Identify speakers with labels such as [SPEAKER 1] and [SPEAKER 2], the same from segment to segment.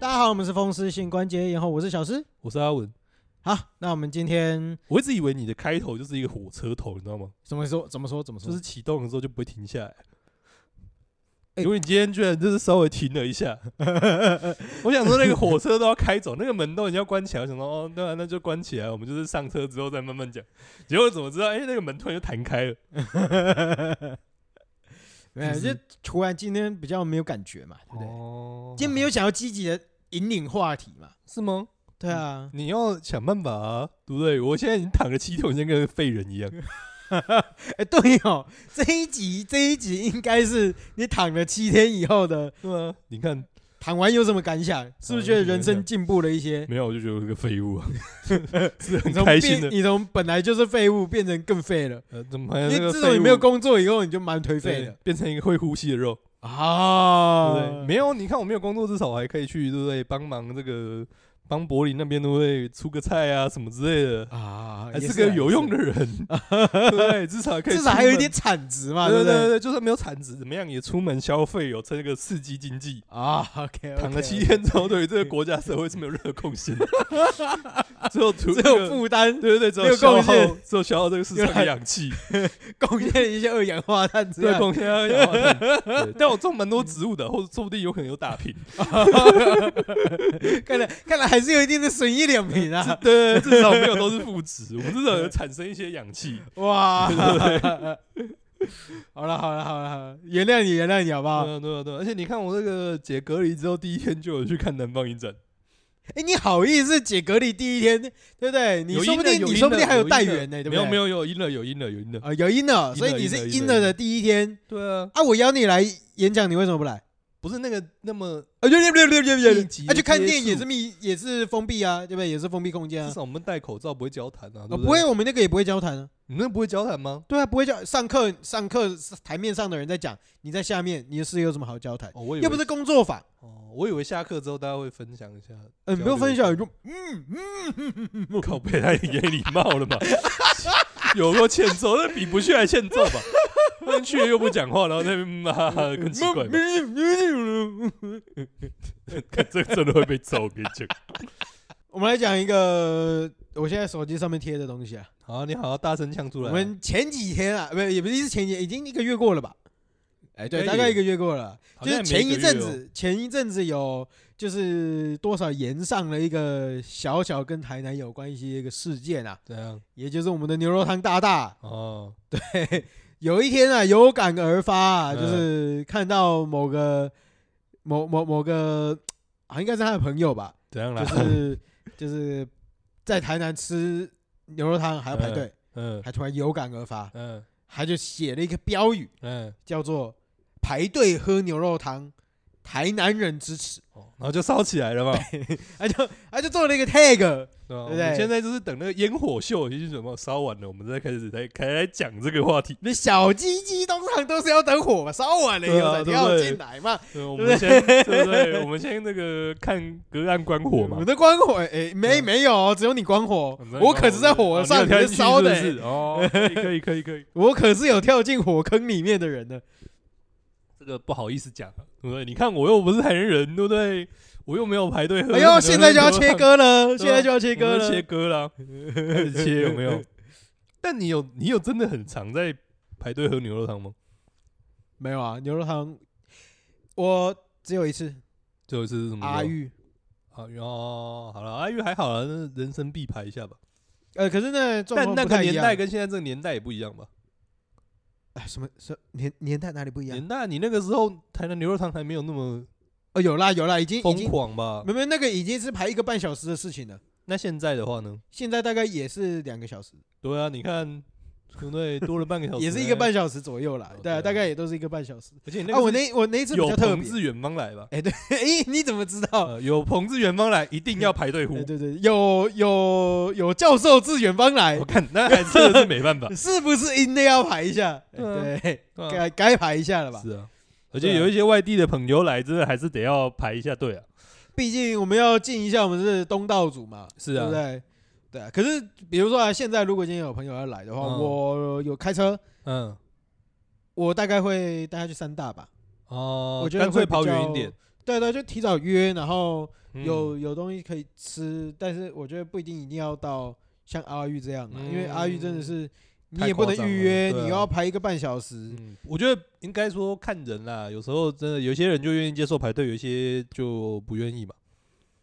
[SPEAKER 1] 好，我们是风湿性关节炎后，我是小诗。
[SPEAKER 2] 我是阿文。
[SPEAKER 1] 好，那我们今天
[SPEAKER 2] 我一直以为你的开头就是一个火车头，你知道吗？
[SPEAKER 1] 怎么说？怎么说？怎么说？
[SPEAKER 2] 就是启动的时候就不会停下来。
[SPEAKER 1] 哎
[SPEAKER 2] 因为你今天居然就是稍微停了一 下，我想说那个火车都要开走，那个门都已经要关起来，我想说哦，那那就关起来，我们就是上车之后再慢慢讲。结果怎么知道？哎、那个门突然就弹开了。
[SPEAKER 1] 没有，呃
[SPEAKER 2] 就
[SPEAKER 1] 就是突然今天比较没有感觉嘛，对不对？
[SPEAKER 2] 哦
[SPEAKER 1] 今天没有想要积极的引领话题嘛？
[SPEAKER 2] 是吗？
[SPEAKER 1] 对啊，
[SPEAKER 2] 你要想办法啊，对不对？我现在已经躺了七天，我现在跟个废人一样。
[SPEAKER 1] 哎，对哦，这一集这一集应该是你躺了七天以后的，
[SPEAKER 2] 对啊，你看
[SPEAKER 1] 躺完有什么感想？是不是觉得人生进步了一些？
[SPEAKER 2] 没有，我就觉得我是个废物啊，是
[SPEAKER 1] 你
[SPEAKER 2] 很
[SPEAKER 1] 从
[SPEAKER 2] 开心
[SPEAKER 1] 变，
[SPEAKER 2] 的。
[SPEAKER 1] 你从本来就是废物变成更废了。
[SPEAKER 2] 呃，怎么还有
[SPEAKER 1] 因
[SPEAKER 2] 那个
[SPEAKER 1] 为自从你
[SPEAKER 2] 废物
[SPEAKER 1] 没有工作以后，你就蛮颓废
[SPEAKER 2] 对
[SPEAKER 1] 的，
[SPEAKER 2] 变成一个会呼吸的肉，对
[SPEAKER 1] 啊
[SPEAKER 2] 不对？没有，你看我没有工作，至少我还可以去，对不对？帮忙这个帮柏林那边，对不对？出个菜啊什么之类的，
[SPEAKER 1] 啊，
[SPEAKER 2] 还
[SPEAKER 1] 也
[SPEAKER 2] 是
[SPEAKER 1] 啊
[SPEAKER 2] 个有用的，人， 对不对？至少可
[SPEAKER 1] 也是
[SPEAKER 2] 以，
[SPEAKER 1] 至少还有一点。产值嘛，
[SPEAKER 2] 对对
[SPEAKER 1] 不
[SPEAKER 2] 对对，就算没有产值，怎么样也出门消费，有这个刺激经济。
[SPEAKER 1] 啊，OK，
[SPEAKER 2] 躺了七，天之后，对于这个国家社会是没有任何贡 献的，只有图
[SPEAKER 1] 只
[SPEAKER 2] 这个
[SPEAKER 1] 有负担
[SPEAKER 2] 对对对，只
[SPEAKER 1] 没
[SPEAKER 2] 有
[SPEAKER 1] 有
[SPEAKER 2] 消
[SPEAKER 1] 贡
[SPEAKER 2] 耗
[SPEAKER 1] 献，
[SPEAKER 2] 只有消耗这个 市场的氧气，
[SPEAKER 1] 贡献了一些二氧化碳之
[SPEAKER 2] 对，
[SPEAKER 1] 外，
[SPEAKER 2] 贡 献二氧化碳。对但我种蛮多植物的，或者说不定有可能有打平。
[SPEAKER 1] 看来看来还是有一定的损益两平啊，
[SPEAKER 2] 对，至少没有都是负值，我们至少有产生一些氧气。
[SPEAKER 1] 哇， 好了好了好了好了，原谅你原谅你好不好？
[SPEAKER 2] 对啊，对啊，对啊。而且你看，我这个解隔离之后第一天就有去看南方影展，
[SPEAKER 1] 哎，你好意思解隔离第一天，对不对？你
[SPEAKER 2] 有
[SPEAKER 1] 说
[SPEAKER 2] 阴
[SPEAKER 1] 不
[SPEAKER 2] 的
[SPEAKER 1] 定
[SPEAKER 2] 有
[SPEAKER 1] 你
[SPEAKER 2] 阴
[SPEAKER 1] 说不
[SPEAKER 2] 的
[SPEAKER 1] 定还有
[SPEAKER 2] 阴
[SPEAKER 1] 带
[SPEAKER 2] 的
[SPEAKER 1] 源呢，对不
[SPEAKER 2] 没有
[SPEAKER 1] 对？
[SPEAKER 2] 没有有阴了有阴了有阴了。
[SPEAKER 1] 啊，有阴的，
[SPEAKER 2] 阴
[SPEAKER 1] 所以
[SPEAKER 2] 了
[SPEAKER 1] 你
[SPEAKER 2] 阴了
[SPEAKER 1] 是
[SPEAKER 2] 阴
[SPEAKER 1] 阴
[SPEAKER 2] 了
[SPEAKER 1] 了的第一天
[SPEAKER 2] 对啊，
[SPEAKER 1] 啊！我邀你来演讲，你为什么不 来？
[SPEAKER 2] 不是那个那么，
[SPEAKER 1] 啊，对对对对对
[SPEAKER 2] 密
[SPEAKER 1] 对
[SPEAKER 2] 集，
[SPEAKER 1] 啊，
[SPEAKER 2] 的
[SPEAKER 1] 去看
[SPEAKER 2] 接
[SPEAKER 1] 电影也
[SPEAKER 2] 触
[SPEAKER 1] 是密，也是封闭啊，对不对？也是封闭空间
[SPEAKER 2] 至
[SPEAKER 1] 啊。
[SPEAKER 2] 少我们戴口罩不会交谈啊，
[SPEAKER 1] 啊，
[SPEAKER 2] 对
[SPEAKER 1] 不
[SPEAKER 2] 对
[SPEAKER 1] 会，？我们那个也不会交谈啊。
[SPEAKER 2] 你们不会交谈吗？
[SPEAKER 1] 对啊，不会交上课上课台面上的人在讲，你在下面，你的室友有什么好交谈？
[SPEAKER 2] 哦，我以为
[SPEAKER 1] 又不是工作法，
[SPEAKER 2] 哦，我以为下课之后大家会分享一下。
[SPEAKER 1] 嗯，不用分享，就嗯嗯，
[SPEAKER 2] 靠背，太没礼貌了 吧？有过欠揍，那比不去还欠揍吧？ 那去了又不讲话，然后在那边 骂，更奇怪吧。 看这个真的会被揍，我跟你讲。
[SPEAKER 1] 我们来讲一个我现在手机上面贴的东西啊。
[SPEAKER 2] 好，你好好大声呛出来
[SPEAKER 1] 我
[SPEAKER 2] 啊。
[SPEAKER 1] 们前几天啊，不是也不是是前几天，已经一个月过了吧？哎，对，
[SPEAKER 2] 可以
[SPEAKER 1] 大概一个月过了。
[SPEAKER 2] 好
[SPEAKER 1] 就
[SPEAKER 2] 像
[SPEAKER 1] 是
[SPEAKER 2] 也
[SPEAKER 1] 前
[SPEAKER 2] 没
[SPEAKER 1] 一
[SPEAKER 2] 个月哦
[SPEAKER 1] 阵子，前一阵子有就是多少延上了一个小小跟台南有关系的一个事件啊，
[SPEAKER 2] 怎样？
[SPEAKER 1] 也就是我们的牛肉汤大大，
[SPEAKER 2] 哦，
[SPEAKER 1] 有一天啊有感而发、啊，
[SPEAKER 2] 嗯
[SPEAKER 1] 就是看到某个某某某个啊，应该是他的朋友吧，
[SPEAKER 2] 怎样啦
[SPEAKER 1] 就？是就是在台南吃牛肉汤还要排队，
[SPEAKER 2] 嗯
[SPEAKER 1] 他突然有感而发，
[SPEAKER 2] 嗯
[SPEAKER 1] 他就写了一个标语，
[SPEAKER 2] 嗯，
[SPEAKER 1] 叫做“排队喝牛肉汤，台南人支持
[SPEAKER 2] 哦然后就烧起来 了嘛，”，
[SPEAKER 1] 他就他就做了一个 tag，
[SPEAKER 2] 对吧？我
[SPEAKER 1] 对不对
[SPEAKER 2] 们现在就是等那个烟火秀已经什么烧完了，我们再开始来开始来讲这个话题。
[SPEAKER 1] 那小鸡鸡通常都是要等火烧完了以后才
[SPEAKER 2] 对啊
[SPEAKER 1] 跳
[SPEAKER 2] 对不对
[SPEAKER 1] 进来嘛，
[SPEAKER 2] 对，我们先 对不对？我们先那个看隔岸观火
[SPEAKER 1] 我
[SPEAKER 2] 嘛
[SPEAKER 1] 们。的关火，哎，没
[SPEAKER 2] 嗯
[SPEAKER 1] 没有，只有你关火，我可是在火
[SPEAKER 2] 哦
[SPEAKER 1] 上
[SPEAKER 2] 你
[SPEAKER 1] 面
[SPEAKER 2] 有跳进去
[SPEAKER 1] 烧的
[SPEAKER 2] 是
[SPEAKER 1] 欸，
[SPEAKER 2] 不是 哦，可以可以可以可以，
[SPEAKER 1] 我可是有跳进火坑里面的人 呢。
[SPEAKER 2] 这个不好意思讲啊，对不对？你看我又不是台南人，对不对？我又没有排队喝。
[SPEAKER 1] 哎呦，现在就要切，割了，
[SPEAKER 2] 啊对啊
[SPEAKER 1] 现在就要切
[SPEAKER 2] 切
[SPEAKER 1] 割
[SPEAKER 2] 切
[SPEAKER 1] 了，
[SPEAKER 2] 割了，开始切有没有？ 但你有你有真的很常在排队喝牛肉汤吗？
[SPEAKER 1] 没有啊，牛肉汤，我只有一次，
[SPEAKER 2] 最后一次是什么时候？
[SPEAKER 1] 阿玉。
[SPEAKER 2] 阿玉哦，好了，阿玉还好了，那人生必排一下吧。
[SPEAKER 1] 呃，可是那状
[SPEAKER 2] 但
[SPEAKER 1] 况
[SPEAKER 2] 那
[SPEAKER 1] 不
[SPEAKER 2] 个
[SPEAKER 1] 太一
[SPEAKER 2] 年
[SPEAKER 1] 样
[SPEAKER 2] 代跟现在这个年代也不一样吧？
[SPEAKER 1] 哎，什么什么年年代哪里不一样？
[SPEAKER 2] 年代你那个时候台南牛肉汤还没有那么
[SPEAKER 1] 哦，有啦有啦，已经已
[SPEAKER 2] 疯
[SPEAKER 1] 经，
[SPEAKER 2] 狂吧？
[SPEAKER 1] 没没那个已经是排一个半小时的事情了，
[SPEAKER 2] 那现在的话呢？
[SPEAKER 1] 现在大概也是两个小时，
[SPEAKER 2] 对啊，你看，对不对？多了半个小时，
[SPEAKER 1] 也是一个半，小时左右啦
[SPEAKER 2] 哦，
[SPEAKER 1] 对
[SPEAKER 2] 对
[SPEAKER 1] 啊，
[SPEAKER 2] 啊
[SPEAKER 1] 大概也都是一个半小时。
[SPEAKER 2] 而且那
[SPEAKER 1] 啊，我
[SPEAKER 2] 个是
[SPEAKER 1] 那我那一次比
[SPEAKER 2] 有
[SPEAKER 1] 较特
[SPEAKER 2] 朋
[SPEAKER 1] 别，
[SPEAKER 2] 自远方来吧？
[SPEAKER 1] 哎，对，哎，你怎么知道？
[SPEAKER 2] 呃，有朋自远方来，一定要排队呼
[SPEAKER 1] 哎，。对对，有有有教授自远方来，
[SPEAKER 2] 我，看那还真的是没办法
[SPEAKER 1] 是不是应该要排一下？哎
[SPEAKER 2] 对
[SPEAKER 1] 对，
[SPEAKER 2] 对啊
[SPEAKER 1] 该该排一下了吧？
[SPEAKER 2] 是啊。而且有一些外地的朋友来，真的还是得要排一下队啊。
[SPEAKER 1] 毕竟我们要尽一下我们是东道主嘛，
[SPEAKER 2] 是
[SPEAKER 1] 对不
[SPEAKER 2] 啊，
[SPEAKER 1] 对？对啊，可是比如说啊，现在如果今天有朋友要来的话，
[SPEAKER 2] 嗯
[SPEAKER 1] 我有开车，
[SPEAKER 2] 嗯，
[SPEAKER 1] 我大概会带他去三大吧。
[SPEAKER 2] 哦，
[SPEAKER 1] 我觉得
[SPEAKER 2] 干脆
[SPEAKER 1] 会比
[SPEAKER 2] 跑远
[SPEAKER 1] 较
[SPEAKER 2] 一点，
[SPEAKER 1] 对对，就提早约，然后
[SPEAKER 2] 嗯
[SPEAKER 1] 有有东西可以吃，但是我觉得不一定一定要到像阿玉这样啊，因为阿玉真的是你
[SPEAKER 2] 嗯太
[SPEAKER 1] 也不
[SPEAKER 2] 夸
[SPEAKER 1] 能
[SPEAKER 2] 张
[SPEAKER 1] 预
[SPEAKER 2] 了
[SPEAKER 1] 约，
[SPEAKER 2] 对
[SPEAKER 1] 你
[SPEAKER 2] 啊
[SPEAKER 1] 又要排一个半小时。
[SPEAKER 2] 嗯，我觉得应该说看人啦，有时候真的有些人就愿意接受排队，有一些就不愿意嘛。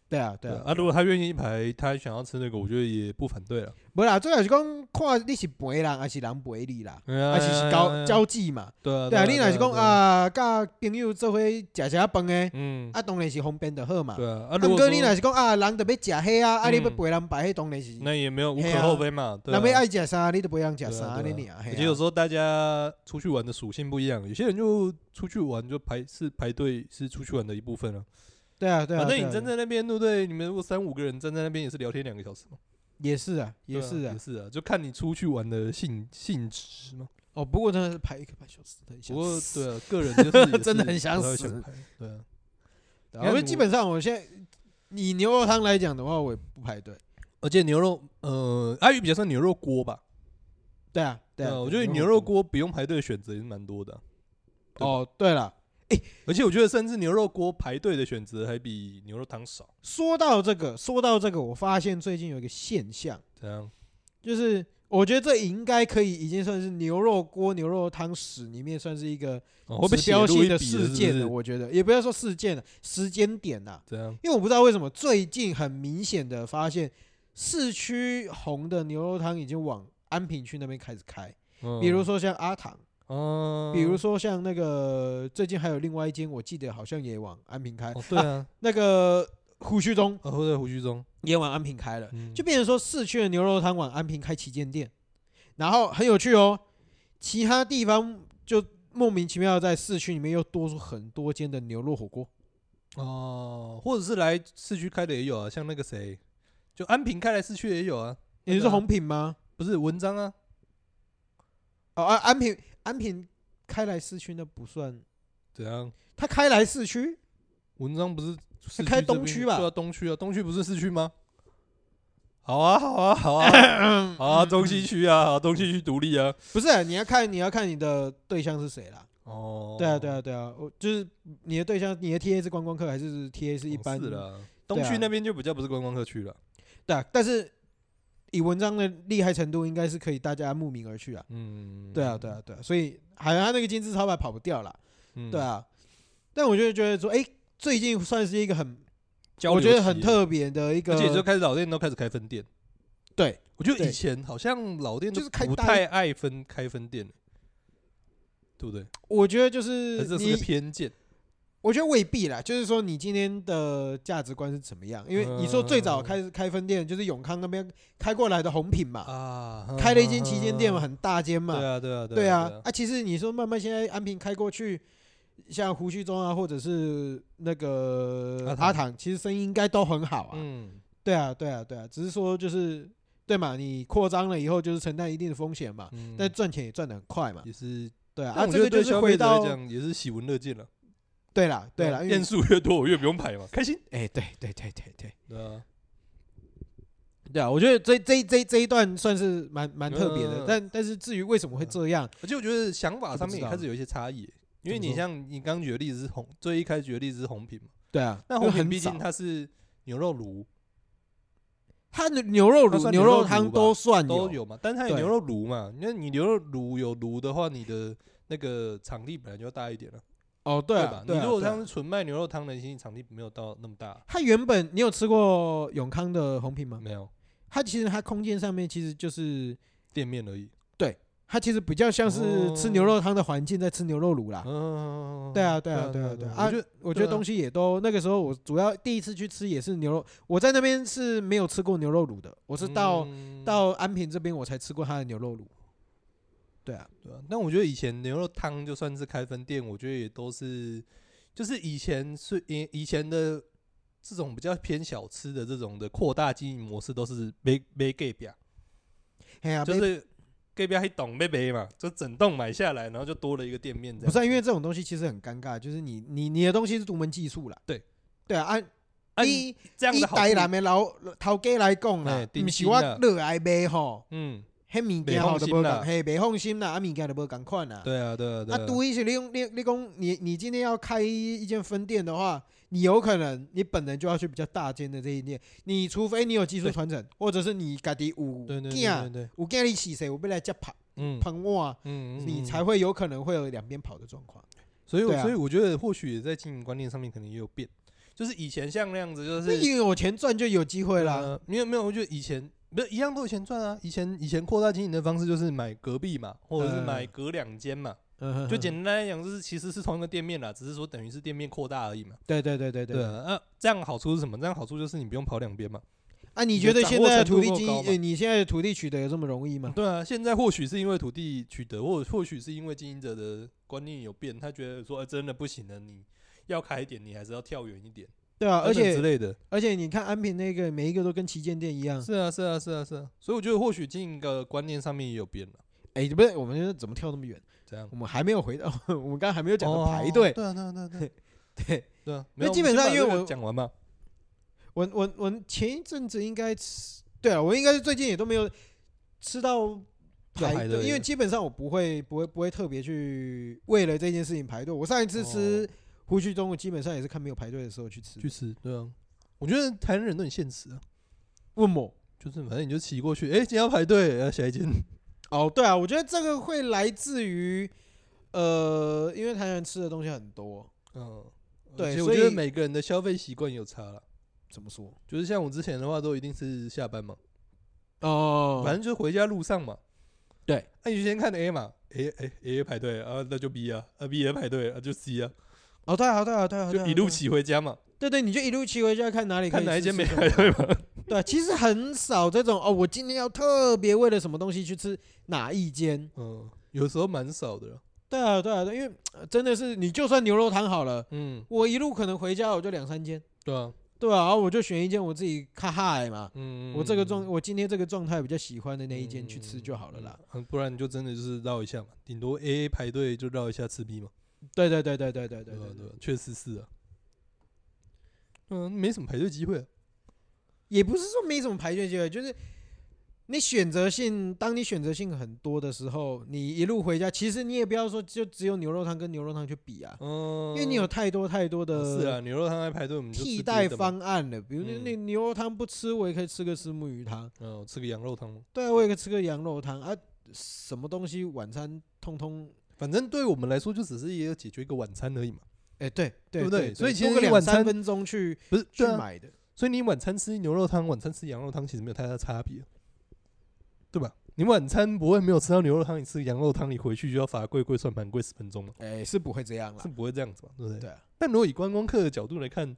[SPEAKER 1] 对啊，对啊，
[SPEAKER 2] 啊，如果他愿意排，他想要吃那个，我觉得也不反对啊了。
[SPEAKER 1] 不啦，最好是讲看你是陪人还是人陪你啦，
[SPEAKER 2] 啊
[SPEAKER 1] 还是是交交际嘛。
[SPEAKER 2] 对啊，
[SPEAKER 1] 对啊，你
[SPEAKER 2] 哪
[SPEAKER 1] 若是讲，啊，甲朋友做伙食食饭诶，
[SPEAKER 2] 嗯，
[SPEAKER 1] 啊，当然是方便就好嘛。
[SPEAKER 2] 对啊，啊，
[SPEAKER 1] 啊，
[SPEAKER 2] 如
[SPEAKER 1] 毋
[SPEAKER 2] 果
[SPEAKER 1] 过你若是讲啊，人着要食迄啊，啊，你要
[SPEAKER 2] 嗯
[SPEAKER 1] 陪人摆迄，当然是。
[SPEAKER 2] 那也没有无
[SPEAKER 1] 嘿
[SPEAKER 2] 可
[SPEAKER 1] 啊
[SPEAKER 2] 厚非嘛，对啊
[SPEAKER 1] 人要爱食啥，你就陪人食
[SPEAKER 2] 对
[SPEAKER 1] 啥
[SPEAKER 2] 啊
[SPEAKER 1] 安
[SPEAKER 2] 对啊
[SPEAKER 1] 尼尔。嘿
[SPEAKER 2] 而
[SPEAKER 1] 啊
[SPEAKER 2] 且有时候大家出去玩的属性不一样，有些人就出去玩就排是排队是出去玩的一部分啊。
[SPEAKER 1] 对啊，对啊，
[SPEAKER 2] 反正
[SPEAKER 1] 对啊
[SPEAKER 2] 你站在那边，对不对？你们如果三五个人站在那边也是聊天两个小时
[SPEAKER 1] 哦
[SPEAKER 2] 嘛，
[SPEAKER 1] 也是啊，也
[SPEAKER 2] 对啊
[SPEAKER 1] 是啊
[SPEAKER 2] 也。是啊，就看你出去玩的性性质嘛。
[SPEAKER 1] 哦，不过真的是排一个半小时，很
[SPEAKER 2] 不
[SPEAKER 1] 想
[SPEAKER 2] 过
[SPEAKER 1] 死。
[SPEAKER 2] 对啊，个人就 是也是
[SPEAKER 1] 真的很想
[SPEAKER 2] 不太会
[SPEAKER 1] 死
[SPEAKER 2] 想排对啊，
[SPEAKER 1] 对啊，
[SPEAKER 2] 你看
[SPEAKER 1] 因为
[SPEAKER 2] 我
[SPEAKER 1] 基本上我现在以牛肉汤来讲的话，我也不排队。
[SPEAKER 2] 而且牛肉，呃，阿宇比较像牛肉锅吧。
[SPEAKER 1] 对啊，对啊，
[SPEAKER 2] 我觉得牛肉锅不用排队的选择也是蛮多的啊、对吧
[SPEAKER 1] 哦，对了，
[SPEAKER 2] 而且我觉得甚至牛肉锅排队的选择还比牛肉汤少。
[SPEAKER 1] 说到这个，说到这个，我发现最近有一个现象，
[SPEAKER 2] 怎样？
[SPEAKER 1] 就是我觉得这应该可以已经算是牛肉锅、牛肉汤史里面算是一个
[SPEAKER 2] 哦、会被
[SPEAKER 1] 指
[SPEAKER 2] 写
[SPEAKER 1] 标
[SPEAKER 2] 入
[SPEAKER 1] 性
[SPEAKER 2] 一
[SPEAKER 1] 的
[SPEAKER 2] 笔了
[SPEAKER 1] 事件
[SPEAKER 2] 是
[SPEAKER 1] 了。
[SPEAKER 2] 不是
[SPEAKER 1] 我觉得也不要说事件了，啊时间点呐、
[SPEAKER 2] 怎样？
[SPEAKER 1] 因为我不知道为什么最近很明显的发现，市区红的牛肉汤已经往安平区那边开始开，
[SPEAKER 2] 嗯
[SPEAKER 1] 比如，说像阿唐，
[SPEAKER 2] 嗯，
[SPEAKER 1] 比如，说像那个最近还有另外一间，我记得好像也往安平开，
[SPEAKER 2] 哦、对啊，
[SPEAKER 1] 那个胡须中
[SPEAKER 2] 啊， 或者胡须中，
[SPEAKER 1] 也往安平开了。
[SPEAKER 2] 嗯
[SPEAKER 1] 就变成说市区的牛肉汤往安平开旗舰店，然后很有趣哦，其他地方就莫名其妙在市区里面又多出很多间的牛肉火锅。
[SPEAKER 2] 哦，或者是来市区开的也有啊，像那个谁，就安平开来市区也有啊，
[SPEAKER 1] 你是
[SPEAKER 2] 那个啊
[SPEAKER 1] 红品吗？
[SPEAKER 2] 不是文章啊，
[SPEAKER 1] 哦，安安平安平开来市区那不算，
[SPEAKER 2] 怎样？
[SPEAKER 1] 它开来市区
[SPEAKER 2] 文章不是市
[SPEAKER 1] 开
[SPEAKER 2] 这
[SPEAKER 1] 东
[SPEAKER 2] 边
[SPEAKER 1] 区吧
[SPEAKER 2] 对啊，东区啊，东区不是市区吗？好啊，好啊，好啊，好啊，东西区啊，好东西区独立啊。
[SPEAKER 1] 不是、你要看你要看你的对象是谁啦。
[SPEAKER 2] 哦，
[SPEAKER 1] 对啊对啊对啊，我就是你的对象，你的 TA 是观光客还是 TA 是
[SPEAKER 2] 哦，
[SPEAKER 1] 一般？
[SPEAKER 2] 是啦。东
[SPEAKER 1] 对啊
[SPEAKER 2] 区那边就比较不是观光客区了。
[SPEAKER 1] 对啊，但是以文章的厉害程度，应该是可以大家慕名而去啊。
[SPEAKER 2] 嗯，
[SPEAKER 1] 对啊，对啊，对啊，所以好像他那个金字招牌跑不掉了，
[SPEAKER 2] 嗯，
[SPEAKER 1] 对啊。但我就觉得说，哎，最近算是一个很，
[SPEAKER 2] 交流
[SPEAKER 1] 我
[SPEAKER 2] 期
[SPEAKER 1] 觉
[SPEAKER 2] 啊，
[SPEAKER 1] 得很特别的一个
[SPEAKER 2] 而，且就开始老店都开始开分店。
[SPEAKER 1] 对，
[SPEAKER 2] 我觉得
[SPEAKER 1] 呃对
[SPEAKER 2] 以前好像老店都
[SPEAKER 1] 就是开
[SPEAKER 2] 不
[SPEAKER 1] 大
[SPEAKER 2] 太爱分开分店，对不对？
[SPEAKER 1] 我觉得就
[SPEAKER 2] 还
[SPEAKER 1] 是
[SPEAKER 2] 是这是
[SPEAKER 1] 你，
[SPEAKER 2] 个偏见。
[SPEAKER 1] 我觉得未必啦，就是说你今天的价值观是怎么样？因为你说最早
[SPEAKER 2] 嗯
[SPEAKER 1] 开始开分店就是永康那边开过来的红品嘛，
[SPEAKER 2] 啊，
[SPEAKER 1] 开了一间旗舰店嘛，
[SPEAKER 2] 嗯，
[SPEAKER 1] 很大间
[SPEAKER 2] 对
[SPEAKER 1] 嘛，
[SPEAKER 2] 啊，对啊，
[SPEAKER 1] 对啊
[SPEAKER 2] 啊，，
[SPEAKER 1] 啊，其实你说慢慢现在安平开过去，像胡须中啊，或者是那个
[SPEAKER 2] 阿唐
[SPEAKER 1] 阿唐，其实生意应该都很好啊，
[SPEAKER 2] 嗯，
[SPEAKER 1] 对啊，对啊，对啊，只是说就是对嘛，你扩张了以后就是承担一定的风险嘛，
[SPEAKER 2] 嗯
[SPEAKER 1] 但赚钱也赚得很快嘛，
[SPEAKER 2] 也是，
[SPEAKER 1] 对啊，啊
[SPEAKER 2] 但我
[SPEAKER 1] 这
[SPEAKER 2] 觉得
[SPEAKER 1] 个就
[SPEAKER 2] 对
[SPEAKER 1] 是
[SPEAKER 2] 消
[SPEAKER 1] 回
[SPEAKER 2] 费者来
[SPEAKER 1] 到
[SPEAKER 2] 讲也是喜闻乐见了。
[SPEAKER 1] 对啦，对啦，因为
[SPEAKER 2] 店数越多，我越不用排嘛，开 心。
[SPEAKER 1] 哎，对对对对对
[SPEAKER 2] 对啊，
[SPEAKER 1] 对啊，我觉得这这这这一段算是蛮蛮特别的
[SPEAKER 2] 嗯，
[SPEAKER 1] 但但是至于为什么会这样，
[SPEAKER 2] 而且我觉得想法
[SPEAKER 1] 就不
[SPEAKER 2] 上
[SPEAKER 1] 知
[SPEAKER 2] 面也
[SPEAKER 1] 道
[SPEAKER 2] 开
[SPEAKER 1] 了
[SPEAKER 2] 始有一些差异，因
[SPEAKER 1] 怎
[SPEAKER 2] 为
[SPEAKER 1] 么
[SPEAKER 2] 你
[SPEAKER 1] 说
[SPEAKER 2] 像你刚举的例子是红，最一开始举的例子是红品嘛，
[SPEAKER 1] 对啊，
[SPEAKER 2] 那
[SPEAKER 1] 因为
[SPEAKER 2] 红品
[SPEAKER 1] 很
[SPEAKER 2] 毕竟
[SPEAKER 1] 早
[SPEAKER 2] 它是牛肉炉
[SPEAKER 1] 它的牛肉
[SPEAKER 2] 它
[SPEAKER 1] 卤、牛
[SPEAKER 2] 算牛肉
[SPEAKER 1] 肉
[SPEAKER 2] 卤
[SPEAKER 1] 汤
[SPEAKER 2] 吧
[SPEAKER 1] 都算
[SPEAKER 2] 都
[SPEAKER 1] 有，
[SPEAKER 2] 有嘛，但是它有
[SPEAKER 1] 对
[SPEAKER 2] 牛肉炉嘛，那你牛肉炉有炉的话，你的那个场地本来就要大一点了，
[SPEAKER 1] 哦，对
[SPEAKER 2] 对
[SPEAKER 1] 啊
[SPEAKER 2] 吧，？你
[SPEAKER 1] 对啊
[SPEAKER 2] 如果
[SPEAKER 1] 对啊
[SPEAKER 2] 像是纯卖牛肉汤的，其实你场地没有到那么大，
[SPEAKER 1] 它原本你有吃过永康的红品吗？
[SPEAKER 2] 没有
[SPEAKER 1] 它其实它空间上面其实就是
[SPEAKER 2] 店面而已。
[SPEAKER 1] 它其实比较像是吃牛
[SPEAKER 2] 哦
[SPEAKER 1] 肉汤的环境在吃牛肉卤啦。
[SPEAKER 2] 嗯，
[SPEAKER 1] 啊对啊，对啊，对
[SPEAKER 2] 对
[SPEAKER 1] 啊，对
[SPEAKER 2] 对
[SPEAKER 1] 啊！
[SPEAKER 2] 我觉得
[SPEAKER 1] 我觉得
[SPEAKER 2] 对啊
[SPEAKER 1] 东西也都那个时候，我主要第一次去吃也是牛肉，我在那边是没有吃过牛肉卤的，我
[SPEAKER 2] 我
[SPEAKER 1] 是到
[SPEAKER 2] 嗯
[SPEAKER 1] 到安平这边我才吃过它的牛肉卤。对啊，
[SPEAKER 2] 对啊，但我觉得以前牛肉汤就算是开分店，我觉得也都是，就是以前是以以前的这种比较偏小吃的这种的扩大经营模式，都是没没给表，
[SPEAKER 1] 哎呀，
[SPEAKER 2] 就
[SPEAKER 1] 没
[SPEAKER 2] 是给表一懂没没嘛，就整栋买下来，然后就多了一个店面这
[SPEAKER 1] 不
[SPEAKER 2] 样。
[SPEAKER 1] 是啊因为这种东西其实很尴尬，就是你你你的东西是独门技术啦。
[SPEAKER 2] 对，
[SPEAKER 1] 对啊，
[SPEAKER 2] 啊
[SPEAKER 1] 按
[SPEAKER 2] 你
[SPEAKER 1] 你
[SPEAKER 2] 这样
[SPEAKER 1] 以
[SPEAKER 2] 的好
[SPEAKER 1] 台南
[SPEAKER 2] 处，
[SPEAKER 1] 的老头家来讲
[SPEAKER 2] 哎
[SPEAKER 1] 啦，
[SPEAKER 2] 顶
[SPEAKER 1] 不是
[SPEAKER 2] 新
[SPEAKER 1] 我
[SPEAKER 2] 啦
[SPEAKER 1] 热爱卖吼，
[SPEAKER 2] 嗯，
[SPEAKER 1] 迄物件吼
[SPEAKER 2] 袂放
[SPEAKER 1] 就
[SPEAKER 2] 心
[SPEAKER 1] 无
[SPEAKER 2] 啦
[SPEAKER 1] 共，嘿，袂放心啦，啊物件就无共款啦。
[SPEAKER 2] 对啊，对啊，对
[SPEAKER 1] 啊，
[SPEAKER 2] 啊，
[SPEAKER 1] 独一是你用你你讲你你今天要开一间分店的话，你有可能你本人就要去比较大间的这一店，你除非你有技术
[SPEAKER 2] 对
[SPEAKER 1] 传承，或者是你家己有
[SPEAKER 2] 对对对对
[SPEAKER 1] 囝
[SPEAKER 2] 对，
[SPEAKER 1] 有囝你起谁，我要来接捧
[SPEAKER 2] 嗯
[SPEAKER 1] 捧我，
[SPEAKER 2] 嗯，嗯
[SPEAKER 1] 你
[SPEAKER 2] 嗯
[SPEAKER 1] 才会有可能会有两边跑的状况。
[SPEAKER 2] 所以我，
[SPEAKER 1] 对啊
[SPEAKER 2] 所以我觉得或许也在经营观念上面可能也有变，就是以前像那样子，就
[SPEAKER 1] 那
[SPEAKER 2] 是
[SPEAKER 1] 因为有钱赚就有机会啦。嗯
[SPEAKER 2] 呃，没有没有，我觉得以前没有一样都有钱赚啊。以前以前扩大经营的方式就是买隔壁嘛，或者是
[SPEAKER 1] 嗯
[SPEAKER 2] 买隔两间嘛，
[SPEAKER 1] 嗯哼
[SPEAKER 2] 就
[SPEAKER 1] 哼
[SPEAKER 2] 简单来讲就是其实是同一个店面啦，只是说等于是店面扩大而已嘛。
[SPEAKER 1] 对对对对
[SPEAKER 2] 对啊，那、这样好处是什么？这样好处就是你不用跑两边嘛。
[SPEAKER 1] 啊，你
[SPEAKER 2] 你
[SPEAKER 1] 觉
[SPEAKER 2] 的
[SPEAKER 1] 得
[SPEAKER 2] 掌
[SPEAKER 1] 现
[SPEAKER 2] 握
[SPEAKER 1] 在的
[SPEAKER 2] 程
[SPEAKER 1] 土
[SPEAKER 2] 度
[SPEAKER 1] 地
[SPEAKER 2] 够
[SPEAKER 1] 经
[SPEAKER 2] 高
[SPEAKER 1] 呃，你现在的土地取得有这么容易吗？
[SPEAKER 2] 对啊，现在或许是因为土地取得，或或许是因为经营者的观念有变，他觉得说、呃真的不行了，你要开一点，你还是要跳远一点，
[SPEAKER 1] 对啊，而
[SPEAKER 2] 等等之
[SPEAKER 1] 且
[SPEAKER 2] 类的。嗯
[SPEAKER 1] 而且你看安平那个每一个都跟旗舰店一样，
[SPEAKER 2] 是啊，是啊，是啊，是啊。所以我觉得或许经营的观念上面也有变了，
[SPEAKER 1] 哎，不是，我们怎么跳那么远？
[SPEAKER 2] 这样
[SPEAKER 1] 我。们还没有回到， 我们刚刚还没有讲到排
[SPEAKER 2] 哦
[SPEAKER 1] 队。
[SPEAKER 2] 对啊，对啊，对啊，对啊
[SPEAKER 1] 对，
[SPEAKER 2] 对啊。
[SPEAKER 1] 那基本上因为
[SPEAKER 2] 我们先把这个
[SPEAKER 1] 我
[SPEAKER 2] 讲完嘛，
[SPEAKER 1] 我我我前一阵子应该吃，对啊，我应该是最近也都没有吃到
[SPEAKER 2] 要
[SPEAKER 1] 排
[SPEAKER 2] 排队
[SPEAKER 1] 队，因为
[SPEAKER 2] 的
[SPEAKER 1] 基本上我不会不会不会特别去为了这件事情排队。我上一次吃胡须中，我基本上也是看没有排队的时哦候去吃。
[SPEAKER 2] 去吃。对啊，我觉得台湾人都很现实啊，
[SPEAKER 1] 问我
[SPEAKER 2] 就是反正你就骑过去，哎，今天要排队，要下一间。
[SPEAKER 1] 哦，对啊，我觉得这个会来自于呃，因为台南吃的东西很多，
[SPEAKER 2] 嗯，
[SPEAKER 1] 对
[SPEAKER 2] 而且我
[SPEAKER 1] 所
[SPEAKER 2] 觉得
[SPEAKER 1] 以
[SPEAKER 2] 每个人的消费习惯有差了。
[SPEAKER 1] 怎么说？
[SPEAKER 2] 就是像我之前的话，都一定是下班嘛，
[SPEAKER 1] 哦
[SPEAKER 2] 反正就回家路上嘛。
[SPEAKER 1] 对，
[SPEAKER 2] 那你就先看 A 嘛，A A A 排队啊，那就 B 啊，啊 B 也排队啊，就 C 啊，
[SPEAKER 1] 哦，对啊，对啊，对啊，对
[SPEAKER 2] 就
[SPEAKER 1] 啊
[SPEAKER 2] 一路，
[SPEAKER 1] 对啊
[SPEAKER 2] 骑回家嘛，
[SPEAKER 1] 对对，你就一路骑回家看哪里可以
[SPEAKER 2] 看哪一
[SPEAKER 1] 吃
[SPEAKER 2] 间没
[SPEAKER 1] 吃什
[SPEAKER 2] 排
[SPEAKER 1] 么
[SPEAKER 2] 队 嘛。
[SPEAKER 1] 对，啊其实很少这种哦，我今天要特别为了什么东西去吃哪一间。
[SPEAKER 2] 嗯，有时候蛮少的啦。
[SPEAKER 1] 对啊，对啊，对，因为呃真的是你就算牛肉汤好了，
[SPEAKER 2] 嗯，
[SPEAKER 1] 我一路可能回家我就两三间，
[SPEAKER 2] 对啊，
[SPEAKER 1] 对啊，然后我就选一间我自己卡嗨嘛，
[SPEAKER 2] 嗯，
[SPEAKER 1] 我这个状我今天这个状态比较喜欢的那一间去吃就好了啦。
[SPEAKER 2] 嗯。嗯不然你就真的就是绕一下嘛，顶多 A A 排队就绕一下吃 B 嘛。
[SPEAKER 1] 对对对对对对对
[SPEAKER 2] 对
[SPEAKER 1] 对
[SPEAKER 2] 吧
[SPEAKER 1] 对
[SPEAKER 2] 对，吧，确实是啊。嗯，没什么排队机会啊。
[SPEAKER 1] 也不是说没什么排队机会，就是你选择性，当你选择性很多的时候，你一路回家，其实你也不要说就只有牛肉汤跟牛肉汤去比啊，
[SPEAKER 2] 嗯，
[SPEAKER 1] 因为你有太多太多的
[SPEAKER 2] 是啊，牛肉汤在排队，我们就吃
[SPEAKER 1] 替
[SPEAKER 2] 别
[SPEAKER 1] 代
[SPEAKER 2] 的嘛。
[SPEAKER 1] 方案了。比如那
[SPEAKER 2] 嗯
[SPEAKER 1] 那牛肉汤不吃，我也可以吃个石目鱼汤，
[SPEAKER 2] 嗯，我吃个羊肉汤嘛。
[SPEAKER 1] 对啊，我也可以吃个羊肉汤啊。什么东西晚餐通通，
[SPEAKER 2] 反正对我们来说，就只是也有解决一个晚餐而已嘛，
[SPEAKER 1] 哎、对对
[SPEAKER 2] 对不对所以其实
[SPEAKER 1] 多个
[SPEAKER 2] 你
[SPEAKER 1] 两
[SPEAKER 2] 晚
[SPEAKER 1] 三
[SPEAKER 2] 餐
[SPEAKER 1] 分钟去
[SPEAKER 2] 不是？
[SPEAKER 1] 去
[SPEAKER 2] 对啊，
[SPEAKER 1] 买的，
[SPEAKER 2] 所以你晚餐吃牛肉汤，晚餐吃羊肉汤，其实没有太大差别，对吧？你晚餐不会没有吃到牛肉汤，你吃羊肉汤，你回去就要罚跪跪算盘跪十分钟嘛，
[SPEAKER 1] 哎、是不会这样
[SPEAKER 2] 是
[SPEAKER 1] 啦。
[SPEAKER 2] 不会这样子嘛，对不对？
[SPEAKER 1] 对啊，
[SPEAKER 2] 但如果以观光客的角度来看，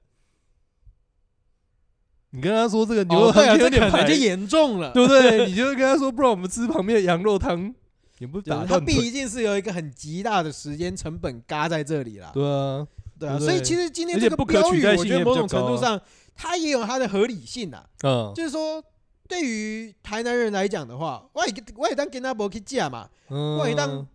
[SPEAKER 2] 你跟他说这个牛
[SPEAKER 1] 哦
[SPEAKER 2] 肉汤
[SPEAKER 1] 对啊，
[SPEAKER 2] 今天
[SPEAKER 1] 这
[SPEAKER 2] 有点
[SPEAKER 1] 可
[SPEAKER 2] 排，
[SPEAKER 1] 能就
[SPEAKER 2] 对
[SPEAKER 1] 严重了。
[SPEAKER 2] 不对？你就会跟他说，不然我们吃旁边的羊肉汤，也不
[SPEAKER 1] 对
[SPEAKER 2] 打
[SPEAKER 1] 它
[SPEAKER 2] 断腿。
[SPEAKER 1] 毕竟是有一个很极大的时间成本嘎在这里啦。
[SPEAKER 2] 对啊，
[SPEAKER 1] 对啊，
[SPEAKER 2] 对不
[SPEAKER 1] 所以
[SPEAKER 2] 对
[SPEAKER 1] 其实今天
[SPEAKER 2] 而
[SPEAKER 1] 这
[SPEAKER 2] 且
[SPEAKER 1] 个
[SPEAKER 2] 不可
[SPEAKER 1] 标
[SPEAKER 2] 取
[SPEAKER 1] 语，
[SPEAKER 2] 代
[SPEAKER 1] 我
[SPEAKER 2] 性
[SPEAKER 1] 觉得
[SPEAKER 2] 也
[SPEAKER 1] 某
[SPEAKER 2] 比较
[SPEAKER 1] 种程
[SPEAKER 2] 高
[SPEAKER 1] 度
[SPEAKER 2] 啊
[SPEAKER 1] 上，它也有它的合理性啊。
[SPEAKER 2] 嗯，
[SPEAKER 1] 就是说，对于台南人来讲的话，我也我也当跟他无去吃嘛，我
[SPEAKER 2] 我
[SPEAKER 1] 也当